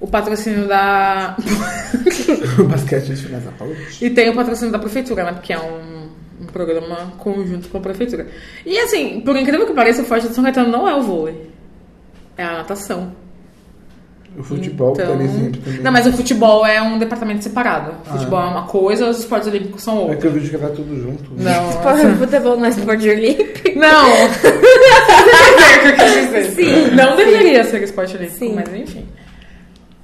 O patrocínio da. O basquete de Finasa Paulo. é e tem o patrocínio da prefeitura, né? Porque é um, um programa conjunto com a prefeitura. E assim, por incrível que pareça, o forte do São Caetano não é o vôlei. É a natação. O futebol, por exemplo. Também. Então, Não, mas o futebol é um departamento separado. O futebol é uma coisa, os esportes olímpicos são Ah, É outros. que eu vejo que vai tudo junto. né? Não. Futebol não é esporte olímpico. Não! Você entendeu o que eu quis dizer. Sim, não deveria ser esporte olímpico, Sim. mas enfim.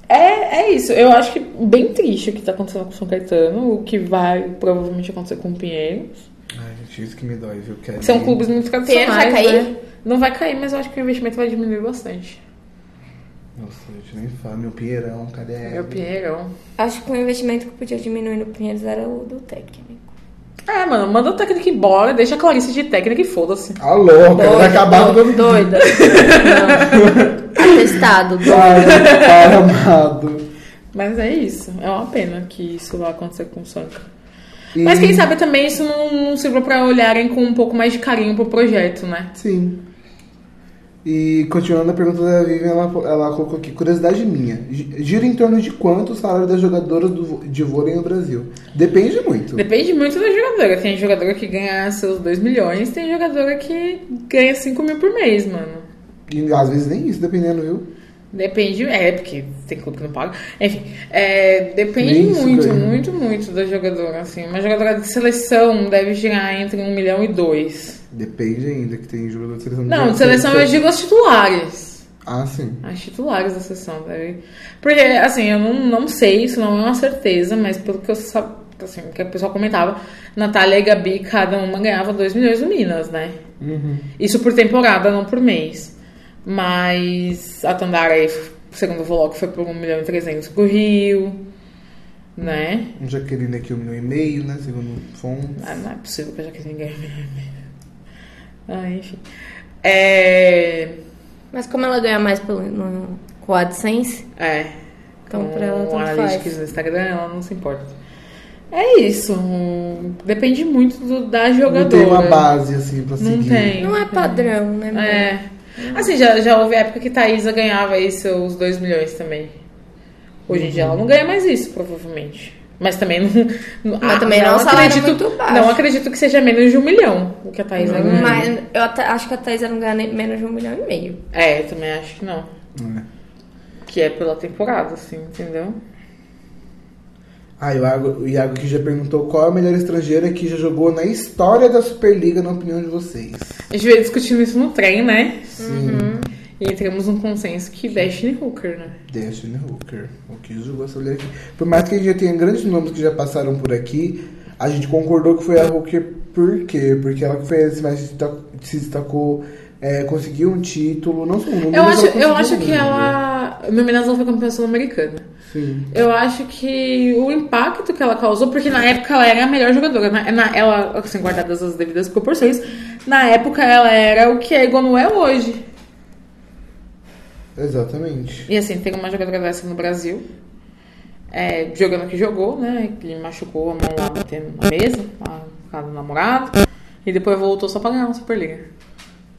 É, é isso. Eu acho que bem triste o que tá acontecendo com o São Caetano, o que vai provavelmente acontecer com o Pinheiros. Ai, gente, isso que é me dói, viu? Kelly? São clubes muito tradicionais. Pinheiros vai cair? né? Não vai cair, mas eu acho que o investimento vai diminuir bastante. Nossa, gente, nem fala. Meu Pinheirão, cadê? É o Pinheirão. Acho que o investimento que podia diminuir no Pinheiros era o do técnico. É, mano, manda o técnico embora, deixa a Clarice de técnica e foda-se. A louca, vai acabar com todo Doida. Não. Atestado. Ai, pai amado. Mas é isso. É uma pena que isso vá acontecer com o Sanka. Mas quem sabe também isso não, não sirva pra olharem com um pouco mais de carinho pro projeto, né? Sim. E continuando a pergunta da Vivian, ela, ela colocou aqui, curiosidade minha. gi- Gira em torno de quanto o salário das jogadoras do vô- de vôlei no Brasil? Depende muito. Depende muito da jogadora. Tem jogadora que ganha seus 2 milhões, tem jogadora que ganha 5 mil por mês, mano. E às vezes nem isso, dependendo, viu? Depende, é, porque tem clube que não paga. Enfim, é, depende Isso, muito, cara. muito, muito da jogadora, assim. Uma jogadora de seleção deve girar entre 1 milhão e 2. Depende ainda que tem jogador de seleção. Não, de seleção então. eu digo as titulares. Ah, sim. As titulares da sessão, deve. Porque, assim, eu não, não sei, isso não é uma certeza, mas pelo que eu sabia, assim, que a pessoa comentava, Natália e Gabi, cada uma ganhava 2 milhões no Minas, né? Isso por temporada, não por mês. Mas a Tandara, aí, segundo o Voloco, foi por 1 milhão e 300 pro Rio, né? Um Jaqueline aqui, um milhão e meio, né? Segundo fontes. Ah, não é possível que eu já quis ninguém. Ah, enfim. É. Mas como ela ganha mais pelo, no, com a AdSense, É. Então, Com um pra ela, tanto analytics faz. no Instagram, ela não se importa. É isso. Um, Depende muito do- da jogadora. Não tem uma base, assim, pra seguir. Não tem. não é padrão, né? mano? É. Assim, já, já houve época que Thaisa ganhava aí seus 2 milhões também. Hoje em dia Uhum. ela não ganha mais isso, provavelmente. Mas também não. não- Mas também é um salário muito baixo. Uhum. Não acredito que seja menos de um milhão o que a Thaisa ganha. Mas eu até- acho que a Thaisa não ganha nem- menos de um milhão e meio. É, eu também acho que não. É. Que é pela temporada, assim, entendeu? Ah, e o Iago, o Iago que já perguntou qual é a melhor estrangeira que já jogou na história da Superliga, na opinião de vocês. A gente veio discutindo isso no trem, né? Sim. E entramos num consenso que Destiny Hooker, né? Destiny Hooker. O que jogou essa mulher aqui. Por mais que a gente já tenha grandes nomes que já passaram por aqui, a gente concordou que foi a Hooker por quê? Porque ela que foi a que mais se destacou, se destacou, é, conseguiu um título, não sei o número, Eu mas acho, ela conseguiu eu acho um que número. ela. Meu Minas ela foi campeã sul-americana. Sim. Eu acho que o impacto que ela causou, porque na época ela era a melhor jogadora. Na, na- ela, assim, guardadas as devidas proporções, na época ela era o que a Egon é hoje. Exatamente. E assim, tem uma jogadora dessa no Brasil, é, jogando que jogou, né? Que machucou a mão lá batendo na mesa, lá por causa do namorado. E depois voltou só pra ganhar uma Superliga.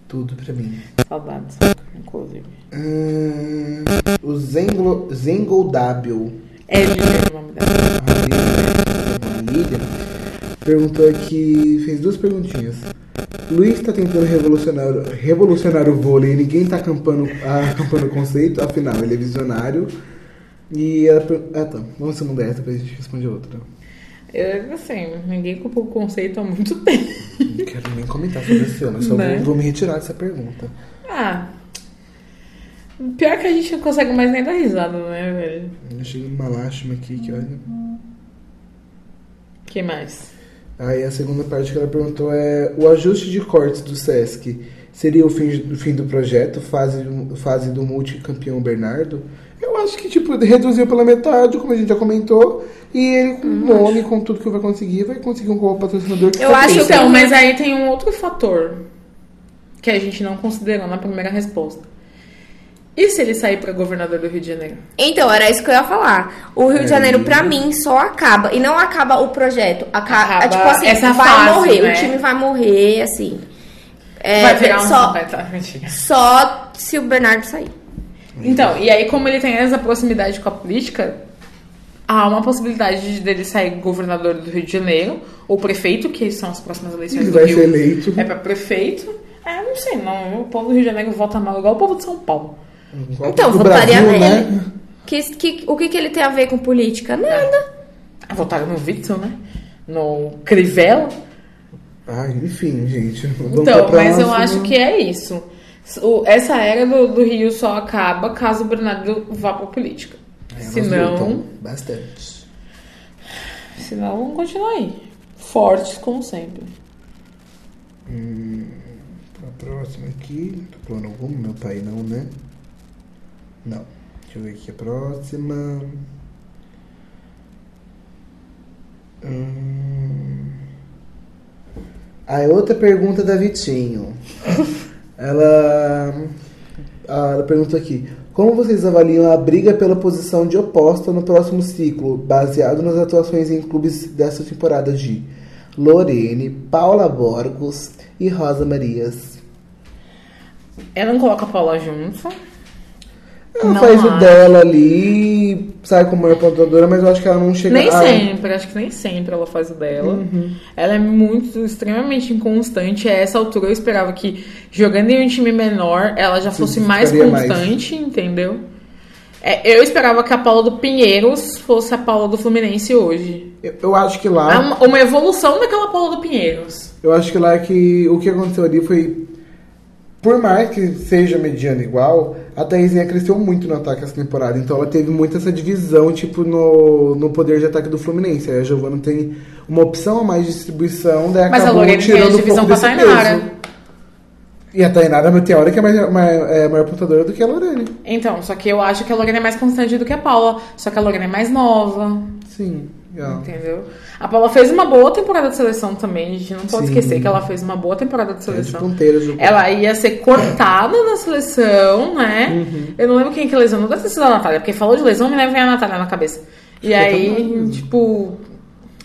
Tudo pra mim. Saudades, inclusive. Hum, o Zenglo, Zengoldabil. É lindo o nome dela. A Lilian né? perguntou aqui, fez duas perguntinhas. Luiz tá tentando revolucionar, revolucionar o vôlei e ninguém tá acampando, ah, acampando o conceito, afinal, ele é visionário. E ela per- Ah, tá. Vamos segunda essa, depois a gente responde a outra. Eu, assim, ninguém culpa o conceito há muito tempo. Não quero nem comentar sobre esse ano, só Né? vou, vou me retirar dessa pergunta. Ah. Pior que a gente não consegue mais nem dar risada, né, velho? Eu Achei uma lástima aqui que olha. que mais? Aí a segunda parte que ela perguntou é: o ajuste de cortes do SESC seria o fim, o fim do projeto, fase, do- fase do multicampeão Bernardo? Eu acho que, tipo, reduziu pela metade, como a gente já comentou, e ele, com Uhum. o nome, com tudo que vai conseguir, vai conseguir um bom patrocinador que Eu só acho tem. que- então, mas aí tem um outro fator que a gente não considerou na primeira resposta. E se ele sair pra governador do Rio de Janeiro? Então, era isso que eu ia falar. O É. Rio de Janeiro, pra mim, só acaba. E não acaba o projeto. Acaba, Acaba tipo assim, essa vai fase, morrer. né? O time vai morrer, assim. É, vai virar um... só, Vai, tá, mentira. só se o Bernardo sair. Então, e aí como ele tem essa proximidade com a política, há uma possibilidade de- dele sair governador do Rio de Janeiro, ou prefeito, que são as próximas eleições Ele do vai Rio. ser eleito. É pra prefeito. É, não sei, não. O povo do Rio de Janeiro vota mal igual o povo de São Paulo. Então, um do votaria Brasil, nele. né? Que, que, o que, que ele tem a ver com política? Nada. Ah, Votaram no Witzel, né? No Crivella. Ah, enfim, gente. Vamos Então, pra mas eu próxima. acho que é isso. O- essa era do, do Rio só acaba caso o Bernardo vá pra política. É, elas se não, lutam Bastante. se não, vamos continuar aí. Fortes, como sempre. Hum, A próxima aqui. Tô pulando alguma, meu pai não, né? Não. Deixa eu ver aqui a próxima. Hum. A outra pergunta da Vitinho. Ela. ah, Ela perguntou aqui. Como vocês avaliam a briga pela posição de oposta no próximo ciclo, baseado nas atuações em clubes dessa temporada de Lorene, Paula Borgos e Rosa Marias? Ela não coloca a Paula junto. Ela Não faz o acho. dela ali, sai como maior pontuadora, mas eu acho que ela Uhum. não chega Nem a- sempre, acho que nem sempre ela faz o dela. Ela é muito, extremamente inconstante. A essa altura eu esperava que, jogando em um time menor, ela já fosse mais destacaria mais. constante, entendeu? É, eu esperava que a Paula do Pinheiros fosse a Paula do Fluminense hoje. Eu, eu acho que lá. É uma, uma evolução daquela Paula do Pinheiros. Eu acho que lá é que o que aconteceu ali foi. Por mais que seja mediana igual, a Thaisinha cresceu muito no ataque essa temporada. Então ela teve muito essa divisão, tipo, no, no poder de ataque do Fluminense. Aí a Giovana tem uma opção a mais de distribuição, daí Mas a acabou Lorena tirando tem a um divisão pouco pra desse Tainara. peso. E a Tainara, mas tem hora que é mais, mais, é maior pontuadora do que a Lorena. Então, só que eu acho que a Lorena é mais constante do que a Paula. Só que a Lorena é mais nova. Sim. é. ó. Entendeu? A Paula fez uma boa temporada de seleção também. A gente não pode Sim. esquecer que ela fez uma boa temporada de É de seleção. ponteira, Ju. ela ia ser cortada na seleção, né? Eu não lembro quem que lesionou. Deve ter sido a Natália, porque falou de lesão, me lembra a Natália na cabeça. E aí, tipo.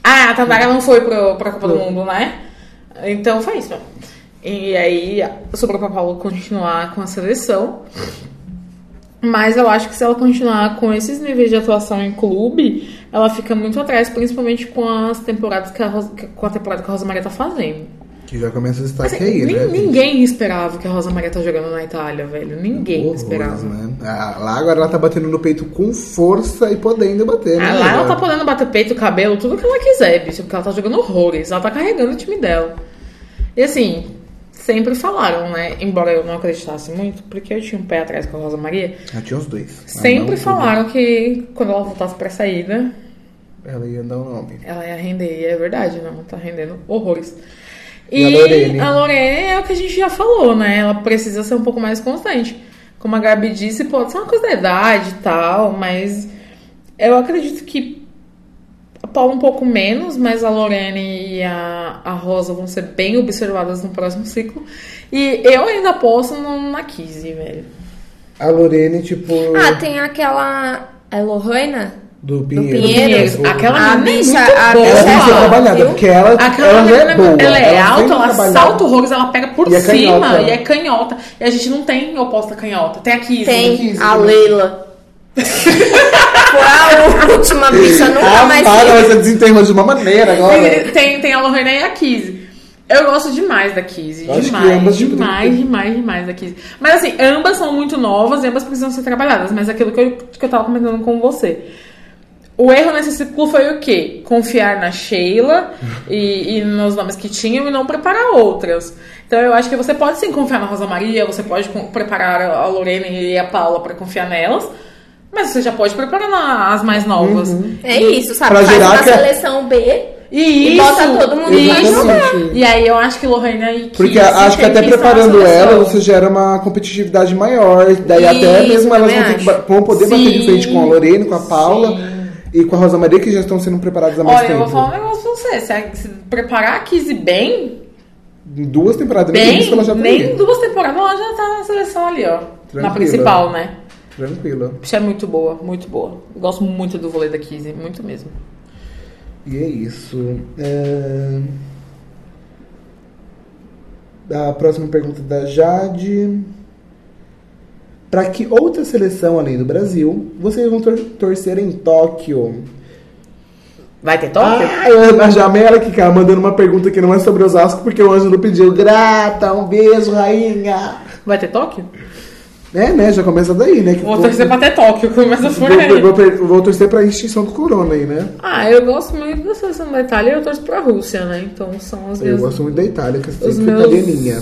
Ah, a Tandara não foi pro, pra Copa do Mundo, né? Então foi isso. E aí, sobrou pra Paula continuar com a seleção. Mas eu acho que se ela continuar com esses níveis de atuação em clube, ela fica muito atrás, principalmente com as temporadas que a, Rosa, que- com a temporada que a Rosa Maria tá fazendo. Que já começa o destaque Assim, aí, nem- né? Ninguém esperava que a Rosa Maria tá jogando na Itália, velho. Ninguém Horrores, esperava. né? Ah, lá agora ela tá batendo no peito com força e podendo bater. né, Ah, lá ela agora? tá podendo bater peito, cabelo, tudo que ela quiser, bicho, porque ela tá jogando horrores, ela tá carregando o time dela. E assim, sempre falaram, né? Embora eu não acreditasse muito, porque eu tinha um pé atrás com a Rosa Maria, Ah, tinha os dois. Ah, sempre não, falaram que quando ela voltasse pra saída, Ela ia dar o nome. Ela ia render, e é verdade, não, tá rendendo horrores. E E a Lorene? a Lorene é o que a gente já falou, né? Ela precisa ser um pouco mais constante. Como a Gabi disse, pode ser uma coisa da idade e tal, mas eu acredito que a Paula um pouco menos, mas a Lorene e a, a Rosa vão ser bem observadas no próximo ciclo. E eu ainda aposto no- na Kizzy, velho. A Lorene, tipo, Ah, tem aquela. É Lohana? do Pinheiro. Pinheiros, Tipo, aquela- Ela A é muito Ah, bicha, a boa. Ela bicha tem que ser Ela, trabalhada, viu? porque ela, Aquela ela já é menina, boa. ela é tem que alta, ela trabalhar. salta horrores, ela pega por E é cima canhota. e é canhota. E a gente não tem oposta canhota. Tem a Kizzy. Tem Isso, a né? Leila. Qual a última bicha? Nunca Ah, mais para, vi. ela desenterrou de uma maneira agora. Tem- Tem, tem a Lorena e a Kizzy. Eu gosto demais da Kizzy. Eu acho Demais, que ambas demais, tipo, demais, demais, da Kizzy. Mas assim, ambas são muito novas e ambas precisam ser trabalhadas. Mas aquilo que eu, que eu tava comentando com você. O erro nesse ciclo foi o quê? Confiar na Sheila e, e nos nomes que tinham e não preparar outras. Então eu acho que você pode sim confiar na Rosa Maria, você pode con- preparar a Lorena e a Paula pra confiar nelas, mas você já pode preparar na- as mais novas. Uhum. É isso, sabe? Hum. Pra Faz girar uma que é- seleção B. E, E isso, bota todo mundo isso. pra jogar. E aí eu acho que Lorena e Kiss Porque acho que tem até estar na preparando seleção. ela, você gera uma competitividade maior. Daí Isso, até mesmo elas também vão, ter que acho. ba- vão poder bater de Sim, frente com a Lorene, com a Paula sim. e com a Rosa Maria, que já estão sendo preparadas há mais Olha, eu tempo. vou falar um negócio pra você. Se, a- se preparar a Kizzy bem, Em Duas temporadas, nem por bem, isso que ela já tá nem aí. duas temporadas ela já tá na seleção ali, ó. Tranquila. Na principal, né? Tranquila. Isso é muito boa, muito boa. Eu Gosto muito do vôlei da Kizzy, muito mesmo. E é isso. É... A próxima pergunta é da Jade. Para que outra seleção além do Brasil vocês vão tor- torcer em Tóquio? Vai ter top? Ah, eu- a Jamela que cara mandando uma pergunta que não é sobre Osasco, porque o Ângelo pediu grata, um beijo, rainha. Vai ter Tóquio? É, né? Já começa daí, né? Que Vou torcer pra ter Tóquio, começa por vou, aí. vou, per- vou torcer pra extinção do corona aí, né? Ah, eu gosto muito da seleção da Itália e eu torço pra Rússia, né? Então são as Eu minhas gosto muito da Itália, que é os sempre meus- italianinha.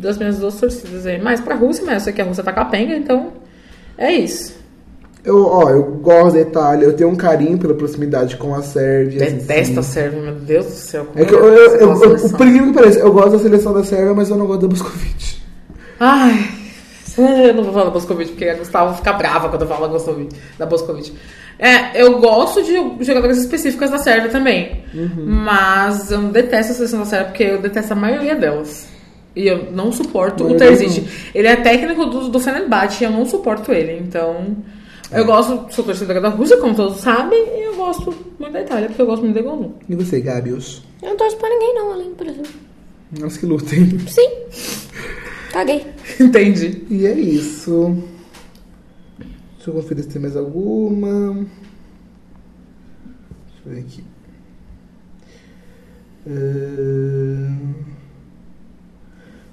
das minhas duas torcidas aí. Mas pra Rússia, mas eu sei que a Rússia tá capenga, então é isso. Eu, ó, eu gosto da Itália, eu tenho um carinho pela proximidade com a Sérvia. assim. Detesta a Sérvia, meu Deus do céu. como É que eu, eu, detesto eu, aquela eu, seleção. por incrível que pareça, eu gosto da seleção da Sérvia, mas eu não gosto da Moscovite. Ai, eh, eu não vou falar da Boscovich, porque a Gustavo fica brava quando eu falo da Boscovich. Da Boscovich. É, eu gosto de jogadoras específicas da Sérvia também. Mas eu detesto a seleção da Sérvia, porque eu detesto a maioria delas. E eu não suporto Eu o também Terzic. Ele é técnico do, do Fenerbahçe e eu não suporto ele. Então, eu gosto, sou torcedora da Rússia, como todos sabem, e eu gosto muito da Itália, porque eu gosto muito do Egonu. E você, Gabius? Eu não torço pra ninguém, não, além do Brasil. Elas que lutem. Sim. Caguei. Entendi. E é isso. Deixa eu conferir se tem mais alguma. Deixa eu ver aqui. Ahn. É.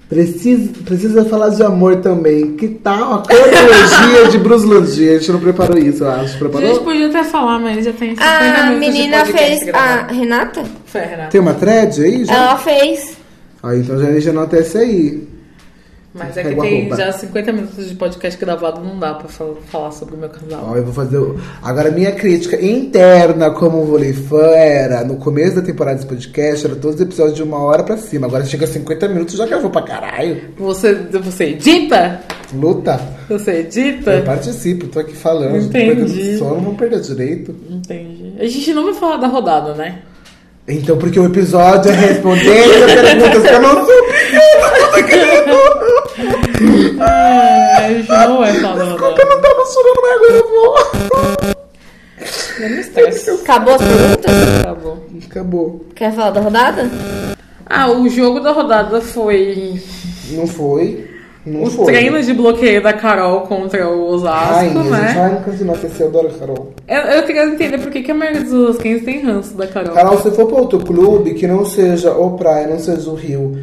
Precisa, precisa falar de amor também. Que tal a cronologia de Bruce Landia? A gente não preparou isso, eu acho. A gente Preparou? podia até falar, mas já tem 50 A minutos Ah, menina de podcast fez. A gravado. Renata? Foi, Renata. Tem uma thread aí já? Ela fez. Ah, então já, já nota essa aí. Mas é que Pegou a tem roupa. já 50 minutos de podcast gravado, não dá pra fal- falar sobre o meu casal. Ó, eu vou fazer. o- Agora, minha crítica interna como voleifã era: no começo da temporada desse podcast, era todos os episódios de uma hora pra cima. Agora chega a 50 minutos, já gravou pra caralho. Você, você edita? Luta. Você edita? Eu participo, tô aqui falando. Entendi. Tô perdendo sono, não vou perder direito. Entendi. A gente não vai falar da rodada, né? Então, porque o episódio é respondendo a perguntas que eu não sou É, a gente não vai falar da rodada. Eu não tava chorando, mas agora eu vou. Eu me estresso. Tá Acabou Ah. as perguntas? Acabou. Acabou. Quer falar da rodada? Ah, o jogo da rodada foi Não foi. Não o foi. treino de bloqueio da Carol contra o Ai, Osasco, a gente né? vai continuar que eu adoro a é Carol. Eu, eu queria entender por que, que a maioria dos osasquenses tem ranço da Carol. Carol, se for pra outro clube que não seja o Praia, não seja o Rio,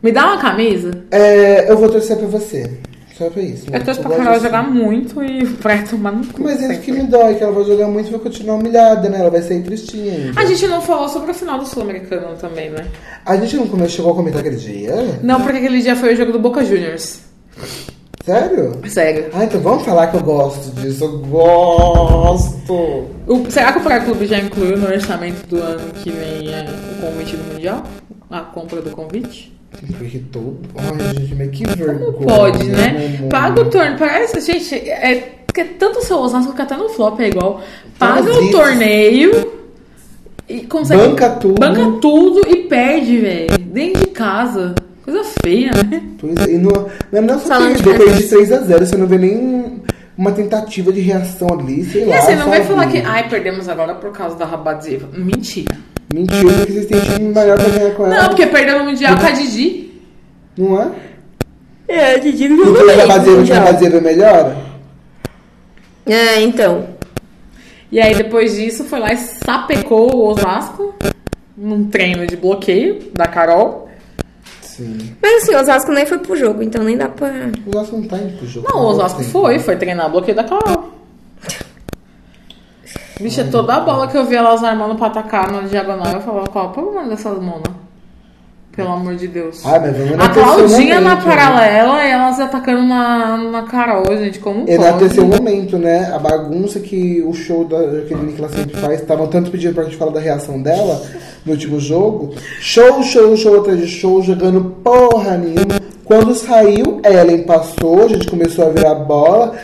Me dá uma camisa. É, eu vou torcer pra você. Só pra isso. Eu torço pra gosto Carol assim. jogar muito e pra tomar no cu. Mas isso sempre. que me dói, que ela vai jogar muito e vai continuar humilhada, né? Ela vai sair tristinha ainda. A gente não falou sobre o final do Sul-Americano também, né? A gente não come- chegou a comentar aquele dia? Não, porque aquele dia foi o jogo do Boca Juniors. Sério? Sério. Ah, então vamos falar que eu gosto disso. Eu gosto! O- será que o pré-clube já incluiu no orçamento do ano que vem é, o convite do Mundial? A compra do convite? Porque todo. Tipo, Ai, gente, mas que vergonha. Pode, né? mamãe? Paga o torneio. Parece, gente, é, que é tanto o seu Osasco que até no flop é igual. Paga Mas o isso- torneio e consegue. Banca tudo. Banca tudo e perde, velho. Dentro de casa. Coisa feia, né? Pois é, e não, não é não só Salão de perder, depois de 3x0, você não vê nem uma tentativa de reação ali, sei E lá. assim, não vai sabe? falar que, ai, perdemos agora por causa da Rabadzeva. Mentira. Mentira, porque vocês têm time melhor pra ganhar com ela. Não, porque perdeu no Mundial com a Didi. Não é? É, a Didi O time da Baseira, o time da Baseira melhora? É, então. E aí, depois disso, foi lá e sapecou o Osasco num treino de bloqueio da Carol. Sim. Mas assim, o Osasco nem foi pro jogo, então nem dá pra. O Osasco não tá indo pro jogo. Não, o Osasco foi, foi treinar bloqueio da Carol. Bicha, toda a bola que eu vi elas armando pra atacar na diagonal, eu falava, qual é o problema dessas monas? Pelo amor de Deus. Ah, mas vamos A Claudinha na paralela. paralela e elas atacando na, na Carol, gente, como É pode? na terceiro momento, né? A bagunça que o show da Jaqueline que ela sempre faz. Estavam tanto pedindo pra gente falar da reação dela no último jogo. Show, show, show atrás de show, jogando porra nenhuma. Quando saiu, Ellen passou, a gente começou a virar bola.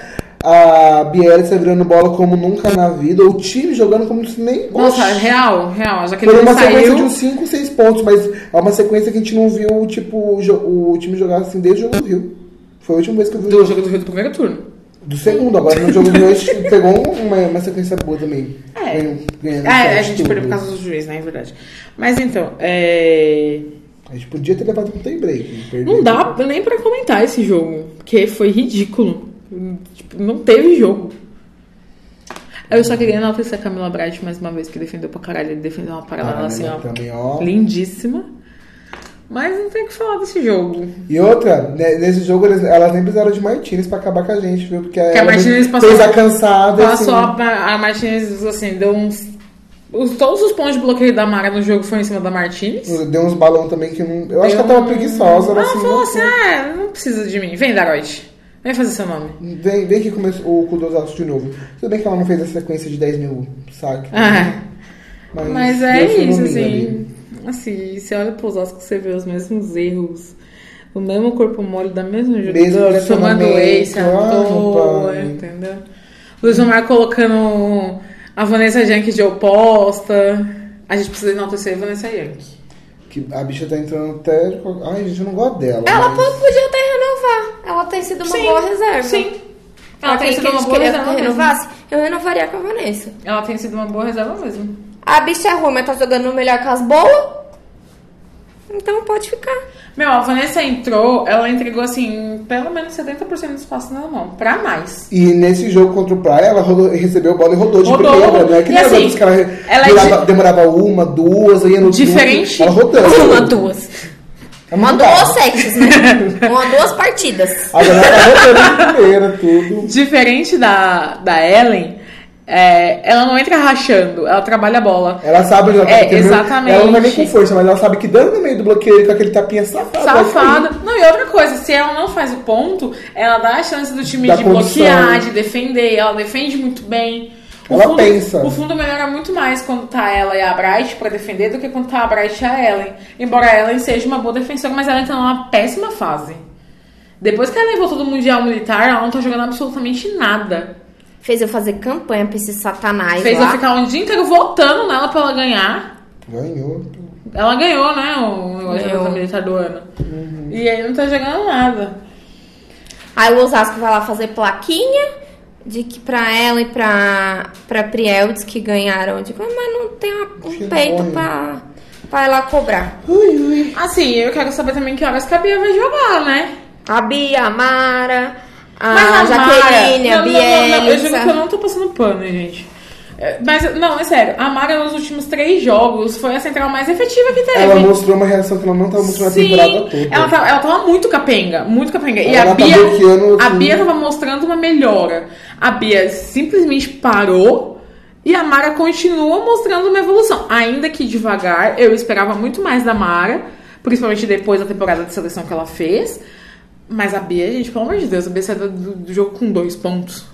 A Bielsa virando bola como nunca na vida. O time jogando como se nem... Nossa, Oxi. real, real. Já que Foi ele é uma sequência de um saiu. uns 5, 6 pontos, mas é uma sequência que a gente não viu, tipo, o, jo- o time jogar assim desde o jogo do Rio. Foi a última vez que eu vi o Do jogo. jogo do Rio do primeiro turno. Do segundo, agora no jogo do Rio a gente pegou um, uma, uma sequência boa também. É. Ganhou- ganhando É, a sete gente perdeu por tudo. causa do juiz, né? É verdade. Mas então, é. A gente podia ter levado um time break. um perdeu. Não dá nem pra comentar esse jogo, porque foi ridículo. Tipo, não teve jogo. Eu só queria enaltecer a Camila Bright mais uma vez, que defendeu pra caralho. Ele defendeu uma paralela Ah, assim, né, ó, também, ó. Lindíssima. Mas não tem o que falar desse jogo. E outra, né, nesse jogo eles- elas nem precisaram de Martinez pra acabar com a gente, viu? Porque ela Martinez fez passou- a cansada. Passou assim. a, a Martinez, assim, deu uns. os- todos os pontos de bloqueio da Mara no jogo foram em cima da Martinez. Deu uns balão também que não. Eu acho que Deu ela tava um- preguiçosa. Ela Ela assim, falou não- assim: ah, não precisa de mim. Vem, Daroit. Vem fazer seu nome. Vem, vem que começou o Kudosatsu de novo. Tudo bem que ela não fez a sequência de 10 mil saques. né? Ah. mas, Mas é deu seu isso, domínio assim. ali. Assim, você olha pro Osasco, você vê os mesmos erros. O mesmo corpo mole da mesma Mesmo jogadora, tomando funcionamento, doença, ah, toa, rapaz. entendeu? Luiz Omar colocando a Vanessa Yankee de oposta. A gente precisa enaltecer a Vanessa Yankee. Que a bicha tá entrando até. de co- Ai, gente, eu não gosto dela. Ela mas- po- podia até renovar. Ela tem sido uma boa reserva. Sim. Ela tem sido uma boa reserva. Que eu mesmo. renovasse, eu renovaria com a Vanessa. Ela tem sido uma boa reserva mesmo. A bicha é ruim, mas tá jogando melhor que as boas. Então pode ficar. Meu, a Vanessa entrou, ela entregou assim, pelo menos 70% do espaço na mão. Pra mais. E nesse jogo contra o Praia, ela rodou- recebeu a bola e rodou de Rodou. primeira, né? Que E nem assim, outros que ela, ela é durava- di- demorava uma, duas, aí ia no Diferente. chute, Ela rodando. É Uma, duas. Ela Uma, mudava. duas sets, né? Uma, duas partidas. Agora ela tá rodando de primeira, tudo. Diferente da, da Ellen, é, ela não entra rachando, ela trabalha a bola. Ela sabe onde ela tá É, porque meio- exatamente. Ela não vai nem com força, mas ela sabe que dando no meio do bloqueio com aquele tapinha safado. ela Safada. Não, e outra coisa, se ela não faz o ponto, ela dá a chance do time Dá de condição. bloquear, de defender. Ela defende muito bem. Ela pensa. O fundo melhora muito mais quando tá ela e a Bright pra defender do que quando tá a Bright e a Ellen. Embora a Ellen seja uma boa defensora, mas ela tá numa péssima fase. Depois que ela voltou do Mundial Militar, ela não tá jogando absolutamente nada. Fez eu fazer campanha pra esse satanás Fez lá. ela ficar um dia inteiro voltando nela pra ela ganhar. foi. Ganhou. Ela ganhou, né? O o jogador militar do ano. Uhum. E aí não tá jogando nada. Aí o Osasco vai lá fazer plaquinha de que pra ela e pra, pra Prieldes que ganharam. Eu digo, "Ah, mas não tem uma- Que um peito vergonha." pra, pra ir lá cobrar. Ui, ui. Assim, eu quero saber também que horas que a Bia vai jogar, né? A Bia, a Mara, a Mara- Ah, Jaqueline, a Não, não, não, não, Eu digo que eu Bielsa. não tô passando pano, gente. É, Mas, não, é sério. A Mara, nos últimos três jogos, foi a central mais efetiva que teve. Ela mostrou uma reação que ela não tava mostrando a É, Sim, temporada toda. ela, tá, ela tava muito capenga, muito capenga. E Ela a tá Bia, bloqueando, a assim. Bia tava mostrando uma melhora. A Bia simplesmente parou e a Mara continua mostrando uma evolução. Ainda que devagar, eu esperava muito mais da Mara, principalmente depois da temporada de seleção que ela fez. Mas a Bia, gente, pelo amor de Deus, a Bia saiu do, do jogo com dois pontos.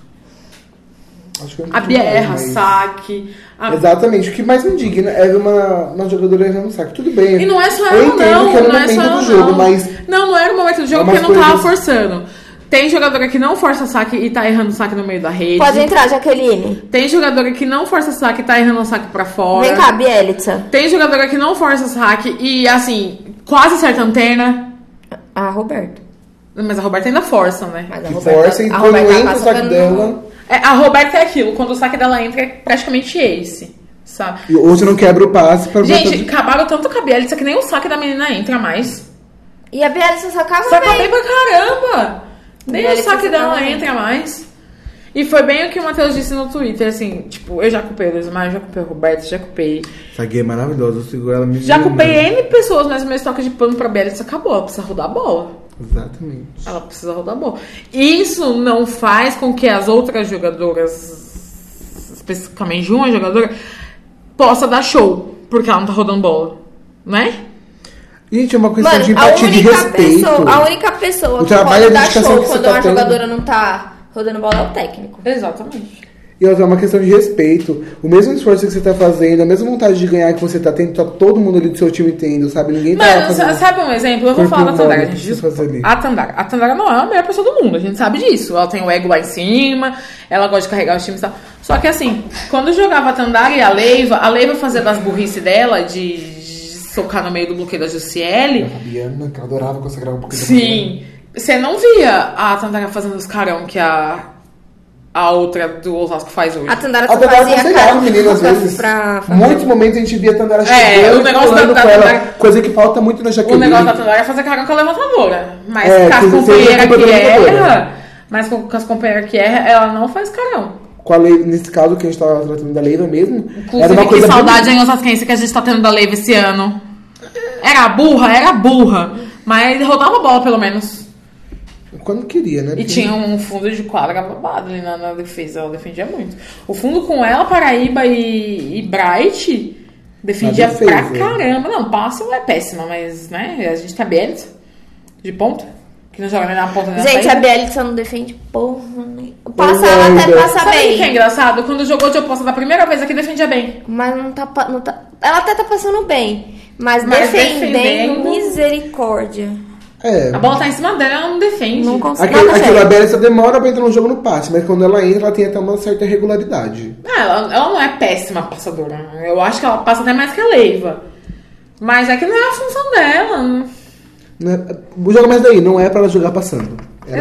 Acho que eu não A tive Bia mais, erra mas- saque. A... Exatamente. O que mais me indigna é ver uma, uma jogadora errando saque. Tudo bem. E não é só eu ela, entendo não. que era o não é momento só do ela, jogo, não. mas Não, não era o momento do jogo É porque umas não tava coisas- forçando. Tem jogadora que não força saque e tá errando saque no meio da rede. Pode entrar, Jaqueline. Tem jogadora que não força saque e tá errando saque pra fora. Vem cá, Bielitsa. Tem jogadora que não força saque e, assim, quase acerta a antena. A Roberto. Mas a Roberta ainda força, né? Mas a que Roberta, força. E a quando Roberta entra o passa saque pelo- dela. É, a Roberta é aquilo. Quando o saque dela entra, é praticamente esse. Sabe? E hoje não quebra o passe pra Gente, acabaram tanto com a Bielitsa que nem o saque da menina entra mais. E a Bielitsa só acaba Saca bem. bem pra caramba! Nem Olha, o saque você dela né?" tá bem. entra mais. E foi bem o que o Matheus disse no Twitter, assim, tipo, eu já culpei o Desmar, já culpei o Roberto, já culpei. Essa gay é maravilhosa. Eu sigo ela me Já culpei N pessoas, mas o meu estoque de pano pra Bielitsa acabou. Ela precisa rodar a bola. Exatamente. Ela precisa rodar a bola. Isso não faz com que as outras jogadoras, especificamente uma jogadora, possa dar show, porque ela não tá rodando bola. Né? Gente, é uma questão de Mano, a empatia de única, respeito. pessoa, a única pessoa O que trabalho e a pode dar dedicação show que você quando tá uma tendo. jogadora não tá rodando bola é o técnico. Exatamente. E outra, é uma questão de respeito. O mesmo esforço que você tá fazendo, a mesma vontade de ganhar que você tá tendo, tá todo mundo ali do seu time tendo, sabe? Ninguém tá Mano, fazendo... sa- sabe um exemplo? Eu vou Corpo falar da Tandara, mole, gente. precisa fazer desculpa. ali. A Tandara. A Tandara não é a melhor pessoa do mundo, a gente sabe disso. Ela tem o ego lá em cima, ela gosta de carregar os times e tal. Só que assim, quando eu jogava a Tandara e a Leiva, a Leiva fazia das burrice dela de, de socar no meio do bloqueio da Jussiele. Fabiana, que eu adorava consagrar um pouquinho. Sim. Você não via a Tandara fazendo os carão que a, a outra do Osasco faz hoje. A Tandara A tá só Dandara fazia aconselhava cara o menino às pra- vezes. pra- pra- Muitos momentos a gente via a Tandara chegando É, o e negócio falando da- com da ela, Tandara- coisa que falta muito na O Jaqueline. negócio da Tandara é fazer carão com a levantadora. Mas É, com as que você companheiras seja que levantadora. né? erra, mas com, com as companheiras que erra, ela não faz carão. Com a Leiva, nesse caso que a gente tava tratando da Leiva mesmo, era Inclusive, uma que coisa saudade em Osasquense que a gente tá tendo da Leiva esse ano. Era burra, era burra. Mas rodava a bola, pelo menos. bonita. Quando queria, né? E Porque- tinha um fundo de quadra babado ali na, na defesa. Ela defendia muito. O fundo com ela, Paraíba e, e Bright, defendia Na defesa. pra caramba. Não, passe é péssima, mas, né, a gente tá Bielitz, de ponta. Que não joga nem na ponta, nem Gente, na a saída. Bielitsa não defende porra né? Passa é, ela até ainda. passa Sabe o que é bem. engraçado? Quando jogou de oposta da primeira vez aqui, defendia bem. Mas não tá, pa- não tá. Ela até tá passando bem. Mas, Mas defendendo, defendendo- misericórdia. É. A bola tá em cima dela, ela não defende. Não consegue. Aquela, Nada aquela sério. Bela só demora pra entrar no jogo no passe, mas quando ela entra, ela tem até uma certa regularidade. Ah, ela, ela não é péssima passadora. Eu acho que ela passa até mais que a Leiva. Mas é que não é a função dela. não- Né? O jogo mais daí, não é pra ela jogar passando. Ela é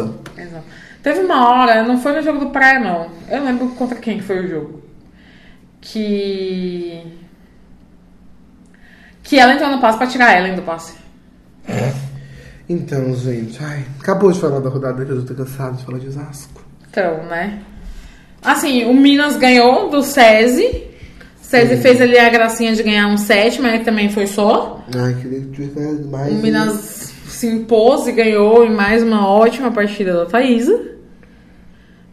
oposta. Exato. Teve uma hora, não foi no jogo do praia, não. Eu lembro contra quem que foi o jogo. Que. Que ela entrou no passe pra tirar a Ellen do passe. Então, gente, ai, acabou de falar da rodada que eu já tô cansado de falar de Osasco. Então, né? Assim, o Minas ganhou do SESI. SESI fez ali a gracinha de ganhar um set, mas também foi só. Ai, queria Ah, que tivesse mais. O Minas se impôs e ganhou em mais uma ótima partida da Thaísa.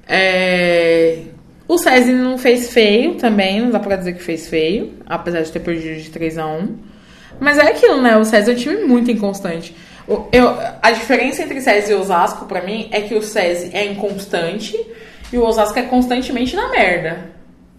É, O SESI não fez feio também, não dá pra dizer que fez feio, apesar de ter perdido de 3 a 1 Mas é aquilo, né? O SESI é um time muito inconstante. O- eu- a diferença entre SESI e Osasco, pra mim, é que o SESI é inconstante e o Osasco é constantemente na merda.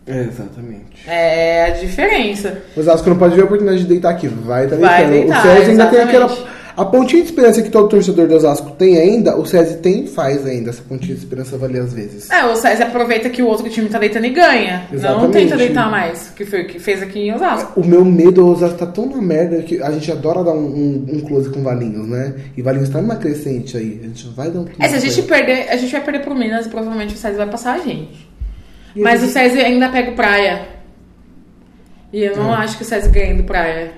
É, exatamente. É a diferença. O Osasco não pode ver a oportunidade de deitar aqui. Vai tá Vai deitando. deitar, o César ainda tem exatamente. aquela. A pontinha de esperança que todo torcedor do Osasco tem ainda, o César tem e faz ainda. Essa pontinha de esperança valer às vezes. É, o César aproveita que o outro time tá deitando e ganha. Não Exatamente. tenta deitar mais, que foi o que fez aqui em Osasco. O meu medo é o Osasco tá tão na merda que a gente adora dar um, um- um close com o Valinhos, né? E o Valinhos tá numa crescente aí. A gente vai dar um close. É, se a gente com perder, a gente vai perder pro Minas e provavelmente o César vai passar a gente. E Mas a o César ainda pega o Praia. E eu É. não acho que o César ganha do Praia.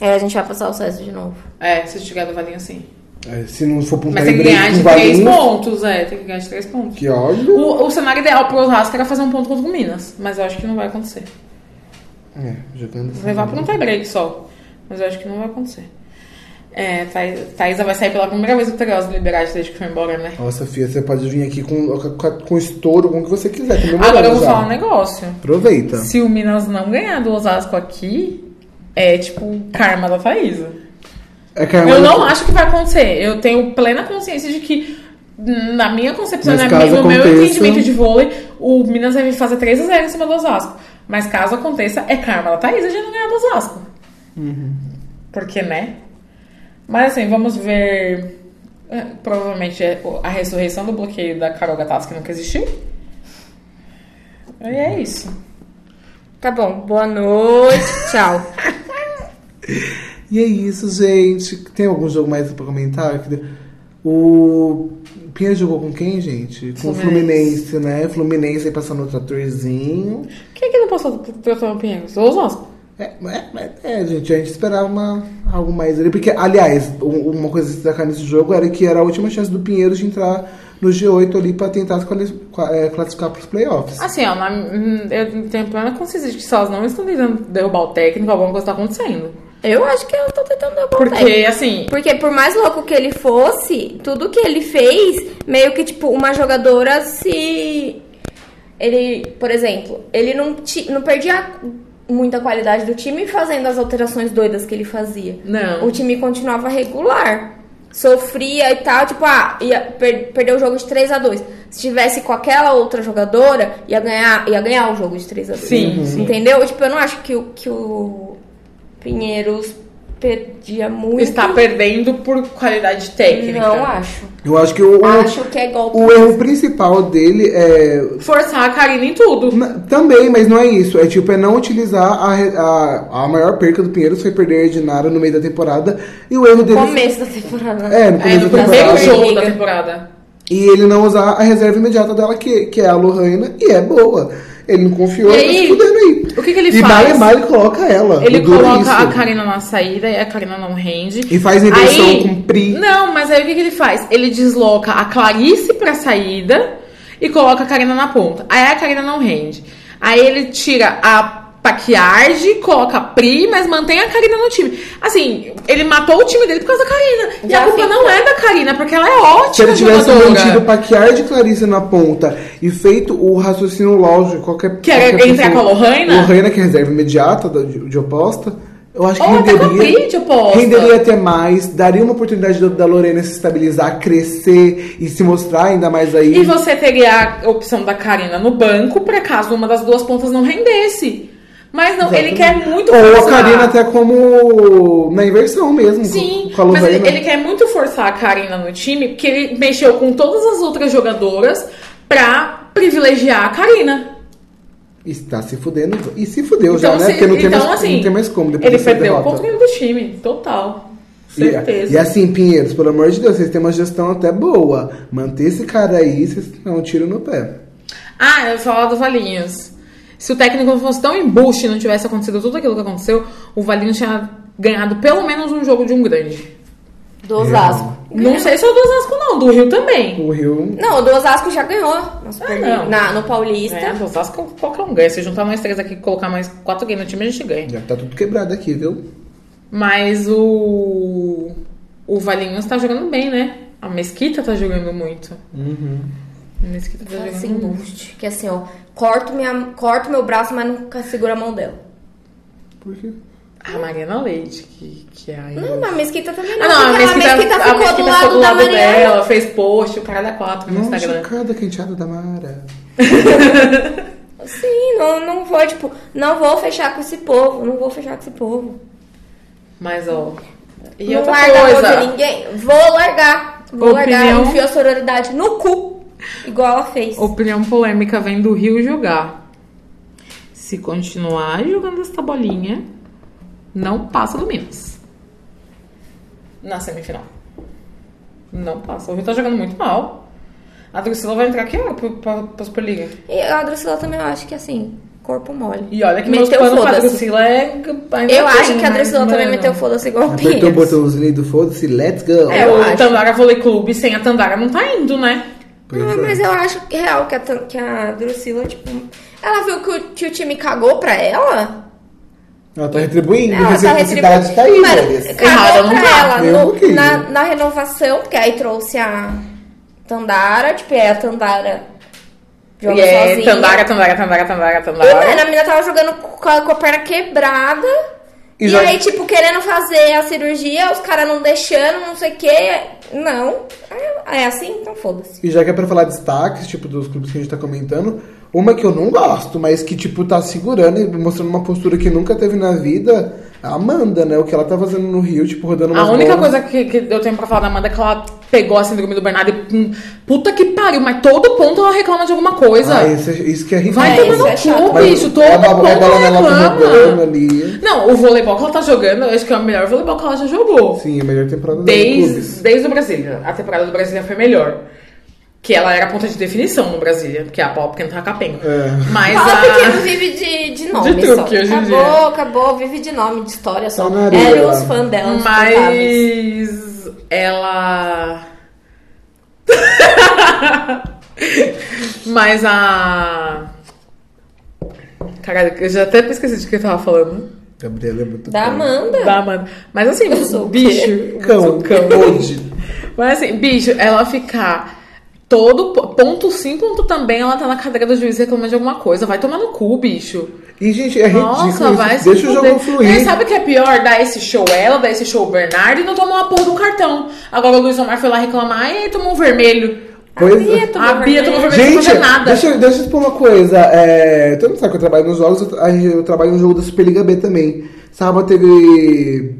É, a gente vai passar o César de novo. É, se chegar do Valinho assim. ele. É, se não for pra um Mas tem que tie-break ganhar com de o três Valinhos, pontos, Uh. é, tem que ganhar de três pontos. Que óbvio. O, o cenário ideal pro Osasco era fazer um ponto contra o Minas, mas eu acho que não vai acontecer. É, jogando assim. Levar pra um tie-break só. Mas eu acho que não vai acontecer. É, Thaí- Thaísa vai sair pela primeira vez do Tereosa liberar desde que foi embora, né? Nossa, Fia, você pode vir aqui com, com, com estouro, com o que você quiser. com meu Agora modelo eu vou já. falar um negócio. Aproveita. Se o Minas não ganhar do Osasco aqui, é tipo karma da Thaísa. É que a Eu Amanda- não acho que vai acontecer. Eu tenho plena consciência de que, na minha concepção, Mas na caso minha- no meu aconteça- entendimento de vôlei, o Minas vai fazer 3 a 0 em cima do Osasco. Mas caso aconteça, é karma da Thaísa de não ganhar do Osasco. Uhum. Porque, né? Mas assim, vamos ver. é, Provavelmente é o- a ressurreição do bloqueio da Carol Gattas, que nunca existiu. E é isso. Tá bom, boa noite, tchau. E é isso, gente. Tem algum jogo mais pra comentar? Que de- O Pinha jogou com quem, gente? Com o Fluminense. Fluminense, né? Fluminense aí passando o tratorzinho. Quem é que não passou pro Teotônio Pinheiros? O Osasco. É, é, é, é, gente, a gente esperava uma, algo mais ali. Porque, aliás, um- uma coisa a se destacar nesse jogo era que era a última chance do Pinheiro de entrar no G8 ali pra tentar se quali- qua- é, classificar pros playoffs. Assim, ó, na- hum, eu tenho plena consciência de que se elas não estão tentando derrubar o técnico, alguma coisa tá acontecendo. Eu acho que eu tô tentando dar bom tempo. Porque, assim, Porque por mais louco que ele fosse, tudo que ele fez, meio que tipo, uma jogadora se. Ele, por exemplo, ele não, ti- não perdia muita qualidade do time fazendo as alterações doidas que ele fazia. Não. O time continuava regular. Sofria e tal, tipo, ah, ia per- perdeu o jogo de 3 a 2 Se tivesse com aquela outra jogadora, ia ganhar, ia ganhar o jogo de 3 a 2 Sim, sim. Entendeu? Tipo, eu não acho que o, que o Pinheiros perdia muito. está perdendo por qualidade técnica. Não acho. tá- Eu acho que o, o- Acho que é golpe. o erro principal dele é Forçar a Karina em tudo. Na- Também, mas não é isso. É tipo, é não utilizar a, re- a, a maior perca do Pinheiros foi perder a Edinara no meio da temporada. E o erro dele. Começo da temporada. É, no É, começo no da primeiro temporada. jogo da temporada. E ele não usar a reserva imediata dela, que, que é a Lohana, e é boa. Ele não confiou, E ele tá aí, se fudendo aí. o que que ele e faz? E mal, mal ele coloca ela. Ele O duro é coloca isso. a Karina na saída e a Karina não rende. E faz inversão Aí- com Pri. Não, mas aí o que, que ele faz? Ele desloca a Clarice pra saída e coloca a Karina na ponta. Aí a Karina não rende. Aí ele tira a Paquiarde, coloca a Pri, mas mantém a Karina no time. Assim, ele matou o time dele por causa da Karina. e Já a culpa ficou. não é da Karina, porque ela é Se ótima ele tivesse jogadora. mantido o paquear de Clarice na ponta e feito o raciocínio lógico, qualquer. Que era qualquer entrar com a Lohana? Lohana, que é reserva imediata da- de, de oposta. Eu acho que Ou até tá com a renderia. Pri de oposta. Renderia até mais, daria uma oportunidade da, da Lorena se estabilizar, crescer e se mostrar ainda mais aí. E você teria a opção da Karina no banco pra caso uma das duas pontas não rendesse. Mas não, ele quer muito Ou a forçar. Karina até como na inversão mesmo. com- Sim, com a mas Lohana. ele, ele quer muito forçar a Karina no time, porque ele mexeu com todas as outras jogadoras pra privilegiar a Karina. Está se fudendo. E se fudeu já, né? se- Porque não tem, então, mais, assim, não tem mais como depois Ele dessa perdeu um o derrota. controle do time, total. E- Certeza. E, assim, Pinheiros, pelo amor de Deus, vocês têm uma gestão até boa. Manter esse cara aí, vocês dão um tiro no pé. Ah, eu ia falar do Valinhos. Se o técnico não fosse tão embuste e não tivesse acontecido tudo aquilo que aconteceu, o Valinhos tinha ganhado pelo menos um jogo de um grande. É. Do Osasco. Não sei se é o do Osasco, não, do Rio também. O Rio. Não, o do Osasco já ganhou na Superliga. Ah, não. na, no Paulista. É, do Osasco qualquer um ganha. Se juntar mais três aqui e colocar mais quatro games no time, a gente ganha. Já tá tudo quebrado aqui, viu? Mas o. O Valinhos tá jogando bem, né? A Mesquita tá jogando muito. A Mesquita tá Fala jogando Assim, muito. boost. Que assim, ó, corto, minha, corto meu braço, mas nunca segura a mão dela. Por quê? A "Ah, Mariana Leite, que, que é a. Não, mas a Mesquita também não. Ah, não, a porque Mesquita, a ficou Mesquita do ficou lado, do lado da Mariana. dela, fez post, o cara da quatro tá no Nossa, Instagram. chocada, quenteada da Mara. Sim, não, não vou, tipo, não vou fechar com esse povo, não vou fechar com esse povo. Mas, ó. E não outra larga a mão de coisa. ninguém. Vou largar. Vou largar. Opinião. Enfio a sororidade no cu, igual ela fez. Opinião polêmica vem do Rio jogar. Se continuar jogando essa bolinha, não passa do Minas. Na semifinal. Não passa. O Rio tá jogando muito mal. A Drusila vai entrar que hora pra, pra, pra Superliga? E a Drusila também eu acho que assim, corpo mole. E olha que meus meteu panos pra foda-se. Drusila é... ainda né? Eu acho tem, que a mas, Drusila também mano. meteu foda-se igual o Apertou o Pinheiros. botãozinho do foda-se, let's go. É, Eu o acho. Tandara Vôlei Clube sem a Tandara não tá indo, né? Pois Ah, é. mas eu acho que é real que a, Tan- que a Drusila, tipo. Ela viu que o, que o time cagou pra ela? Ela tá retribuindo, Ela tá reciprocidade tá aí, Mas Maurício. Errada Cagou não pra tá. ela Eu no- não quis. na, na renovação, porque aí trouxe a Tandara, tipo, é a Tandara joga E é sozinha. Tandara, Tandara, Tandara, Tandara, E, Tandara. mano, a menina tava jogando com a, com a perna quebrada. E E, joga- aí, tipo, querendo fazer a cirurgia, os caras não deixando, não sei o quê. Não. Ah, É assim? Então foda-se. E já que é pra falar destaques, tipo, dos clubes que a gente tá comentando, uma que eu não gosto, mas que, tipo, tá segurando e mostrando uma postura que nunca teve na vida, a Amanda, né? O que ela tá fazendo no Rio, tipo, rodando A umas única bolas. coisa que, que eu tenho pra falar da Amanda é que ela pegou a síndrome do Bernardo e. hum, Puta que pariu, mas todo ponto ela reclama de alguma coisa. Ah, isso, é- isso que é ridículo. Vai É, tomar isso no é chato. cu, Mas bicho. Todo é uma- ponto é bola nela né? ela rodando reclama. ali. Não, o voleibol que ela tá jogando, eu acho que é o melhor voleibol que ela já jogou. Sim, é a melhor temporada dos clubes. Desde, desde o Brasília. A temporada do Brasília foi melhor. Que ela era a ponta de definição no Brasília, porque a pau pequena tava capenga. É. Mas Fala pequeno a. vive de, de nome. De só. truque hoje em acabou, dia. é. acabou, vive de nome, de história só. Só Tá na Ela e areia. os fãs dela. insuportáveis. Mas. Ela. Mas a. Caralho, eu já até esqueci de que eu tava falando. Gabriela é muito Da boa. Amanda. Da Amanda. Mas assim, É. sou o quê? bicho. Cão, hoje. Mas assim, bicho, ela ficar todo po- ponto sim, ponto também, ela tá na cadeira do juiz reclamando de alguma coisa. Vai tomar no cu, bicho. E, gente, é ridículo Nossa, isso. vai se Deixa o fuder. jogo fluir. Mas sabe o que é pior? Dar esse show ela, dar esse show o Bernardo e não tomar uma porra do cartão. Agora o Luiz Omar foi lá reclamar e aí tomou um vermelho. Pois é. Bia tomou a Bia vermelho. tomou vermelho sem Gente, fazer nada. deixa, eu- deixa eu expor uma coisa. É, todo mundo sabe que eu trabalho nos jogos, eu, tra- eu trabalho no jogo da Superliga B também. Sábado teve.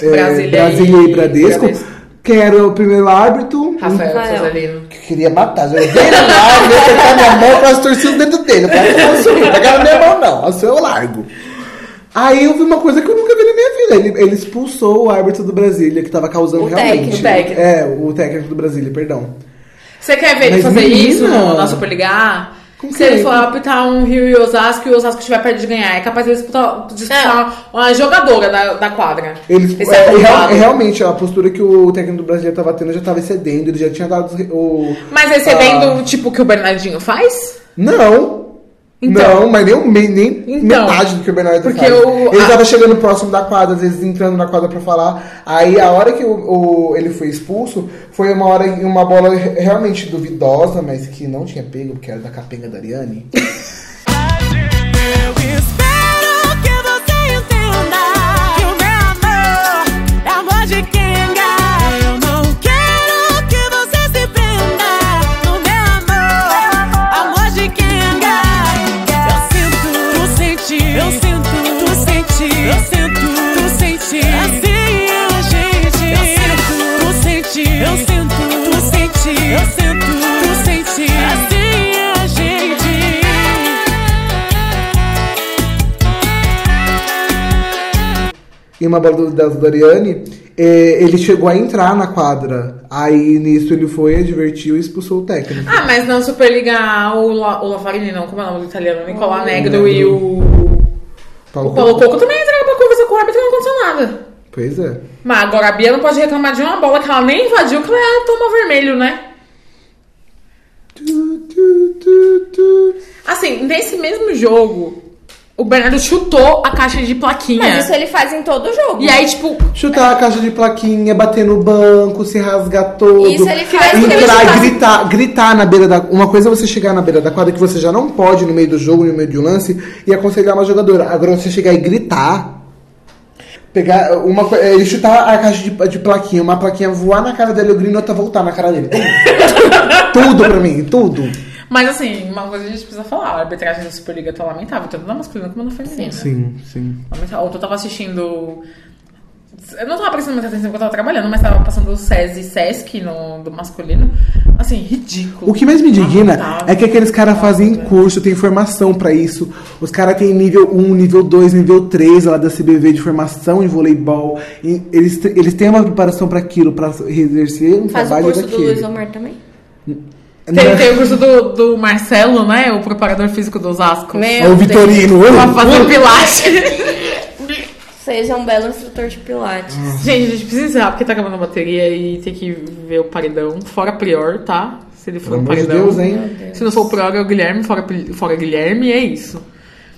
é, Brasília Brasília e e Bradesco. Bradesco. Quem era o primeiro árbitro? um Rafael Rafael. Cesarino. Que eu queria matar. Já dei na mão, ia apertar minha mão com as torcidas dentro dele. Eu falei, "Não, senhor, não pegava minha mão, não. A sua eu largo. Aí eu vi uma coisa que eu nunca vi na minha vida. Ele, ele expulsou o árbitro do Brasília, que tava causando O realmente. técnico, o técnico. É, o técnico do Brasília, perdão. Você quer ver ele Mas, fazer menina. isso no- na Superliga? A? Com Se quem? ele for apitar um Rio e Osasco e o Osasco estiver perto de ganhar, é capaz de disputar, disputar uma jogadora da, da quadra. É. Ele, Esse é, é real- culpado. realmente, a postura que o técnico do Brasília tava tendo já tava excedendo, ele já tinha dado os re- o. Mas esse Ah. é bem do tipo que o Bernardinho faz? Não! Então. não, mas nem, um me- nem Então. metade do que o Bernardo Porque faz. o- Ele a- tava chegando próximo da quadra, às vezes entrando na quadra pra falar. Aí a hora que o, o- ele foi expulso, foi uma hora em uma bola re- realmente duvidosa, mas que não tinha pego, porque era da capenga da Ariane. Eu espero que você entenda que o meu amor é amor de Kenga. Eu não quero que você se prenda no meu amor, amor de Kenga. Eu sinto, tu senti, eu sinto, tu senti, eu sinto, tu senti. Assim a gente. Eu sinto, tu senti, eu sinto, tu senti, eu sinto, tu senti. Assim a gente. e uma bola do- das Doriane, eh, ele chegou a entrar na quadra. Aí nisso ele foi, advertiu e expulsou o técnico. Ah, mas na Superliga o, La, o Lavarini não, como é o nome do italiano? Nicolá Negro e o. Paulo O Paulo Coco. Coco também entraram pra conversar com o árbitro e não aconteceu nada. Pois é. Mas agora a Bia não pode reclamar de uma bola que ela nem invadiu, que ela tomou vermelho, né? Tu, tu, tu, tu. Assim, nesse mesmo jogo, o Bernardo chutou a caixa de plaquinha. Mas isso ele faz em todo é jogo. É. E aí, tipo, Chutar a caixa de plaquinha, bater no banco, se rasgar todo. Isso ele faz porque ele Entrar, faz- gritar, gritar na beira da. Uma coisa é você chegar na beira da quadra que você já não pode no meio do jogo, no meio de um lance, e aconselhar uma jogadora. Agora você chegar e gritar. Pegar uma co- é, Ele chutar a caixa de, de plaquinha, uma plaquinha voar na cara dele, o grino outra voltar na cara dele. tudo pra mim, tudo. Mas assim, uma coisa a gente precisa falar, a arbitragem da Superliga tá lamentável, tanto na masculina como na feminina. Sim, sim. Lamentável. Ontem eu tava assistindo. Eu não tava prestando muita atenção porque eu tava trabalhando, mas tava passando o SESI e Sesc no, do masculino. Assim, ridículo. O que mais me indigna Lamentável. é que aqueles caras fazem né? curso, tem formação pra isso. Os caras têm nível 1, nível 2, nível 3 lá da CBV de formação em voleibol. E eles, te- eles têm uma preparação pra aquilo, pra exercer um Faz o trabalho curso do daquele. Luiz Né? Omar também? Tem, tem o curso do, do Marcelo, né? O preparador físico do Osasco. É o Vitorino. Pra fazer um Ui, pilates. Seja um belo instrutor de pilates. gente, a gente precisa encerrar porque tá acabando a bateria e tem que ver o paredão. Fora Prior, tá? Se ele for Pelo um amor de paredão. Deus, hein? Se não for o Prior, é o Guilherme. Fora, Pri- fora Guilherme, e é isso.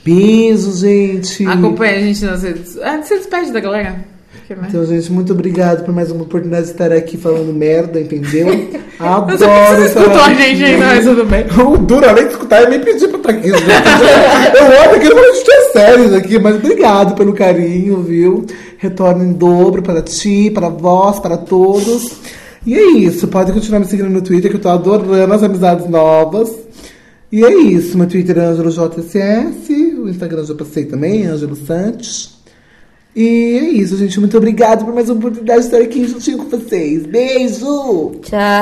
Piso, gente. Acompanha a gente nas redes. Ah, você despede da galera? Porque, né? Então, gente, muito obrigado por mais uma oportunidade de estar aqui falando merda, entendeu? Eu sei que Adoro você essa escutou a gente ainda, mas tudo bem. O duro, além de escutar, eu nem pedi pra estar aqui. gente. Eu olho aqui, eu falo, gente, é sério isso aqui, mas obrigado pelo carinho, viu? Retorno em dobro para ti, para vós, para todos. E é isso, pode continuar me seguindo no Twitter, que eu tô adorando as amizades novas. E é isso, meu Twitter é Ângelo JSS, o Instagram eu já passei também, Ângelo Santos. E é isso, gente. Muito obrigado por mais uma oportunidade de estar aqui juntinho com vocês. Beijo!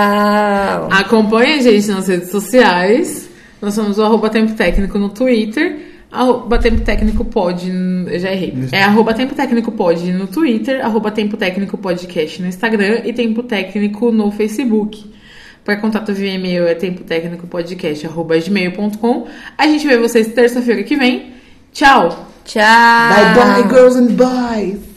Tchau. Acompanha a gente nas redes sociais. Nós somos o arroba Tempo Técnico no Twitter. Arroba Tempo Técnico Pod. n- Eu já errei. É arroba Tempo Técnico Pod no Twitter. Arroba Tempo Técnico Podcast no Instagram. E Tempo Técnico no Facebook. Para contato via e-mail é tempo técnico podcast arroba gmail.com. A gente vê vocês terça-feira que vem. Tchau! Tchau. Bye bye, girls and boys!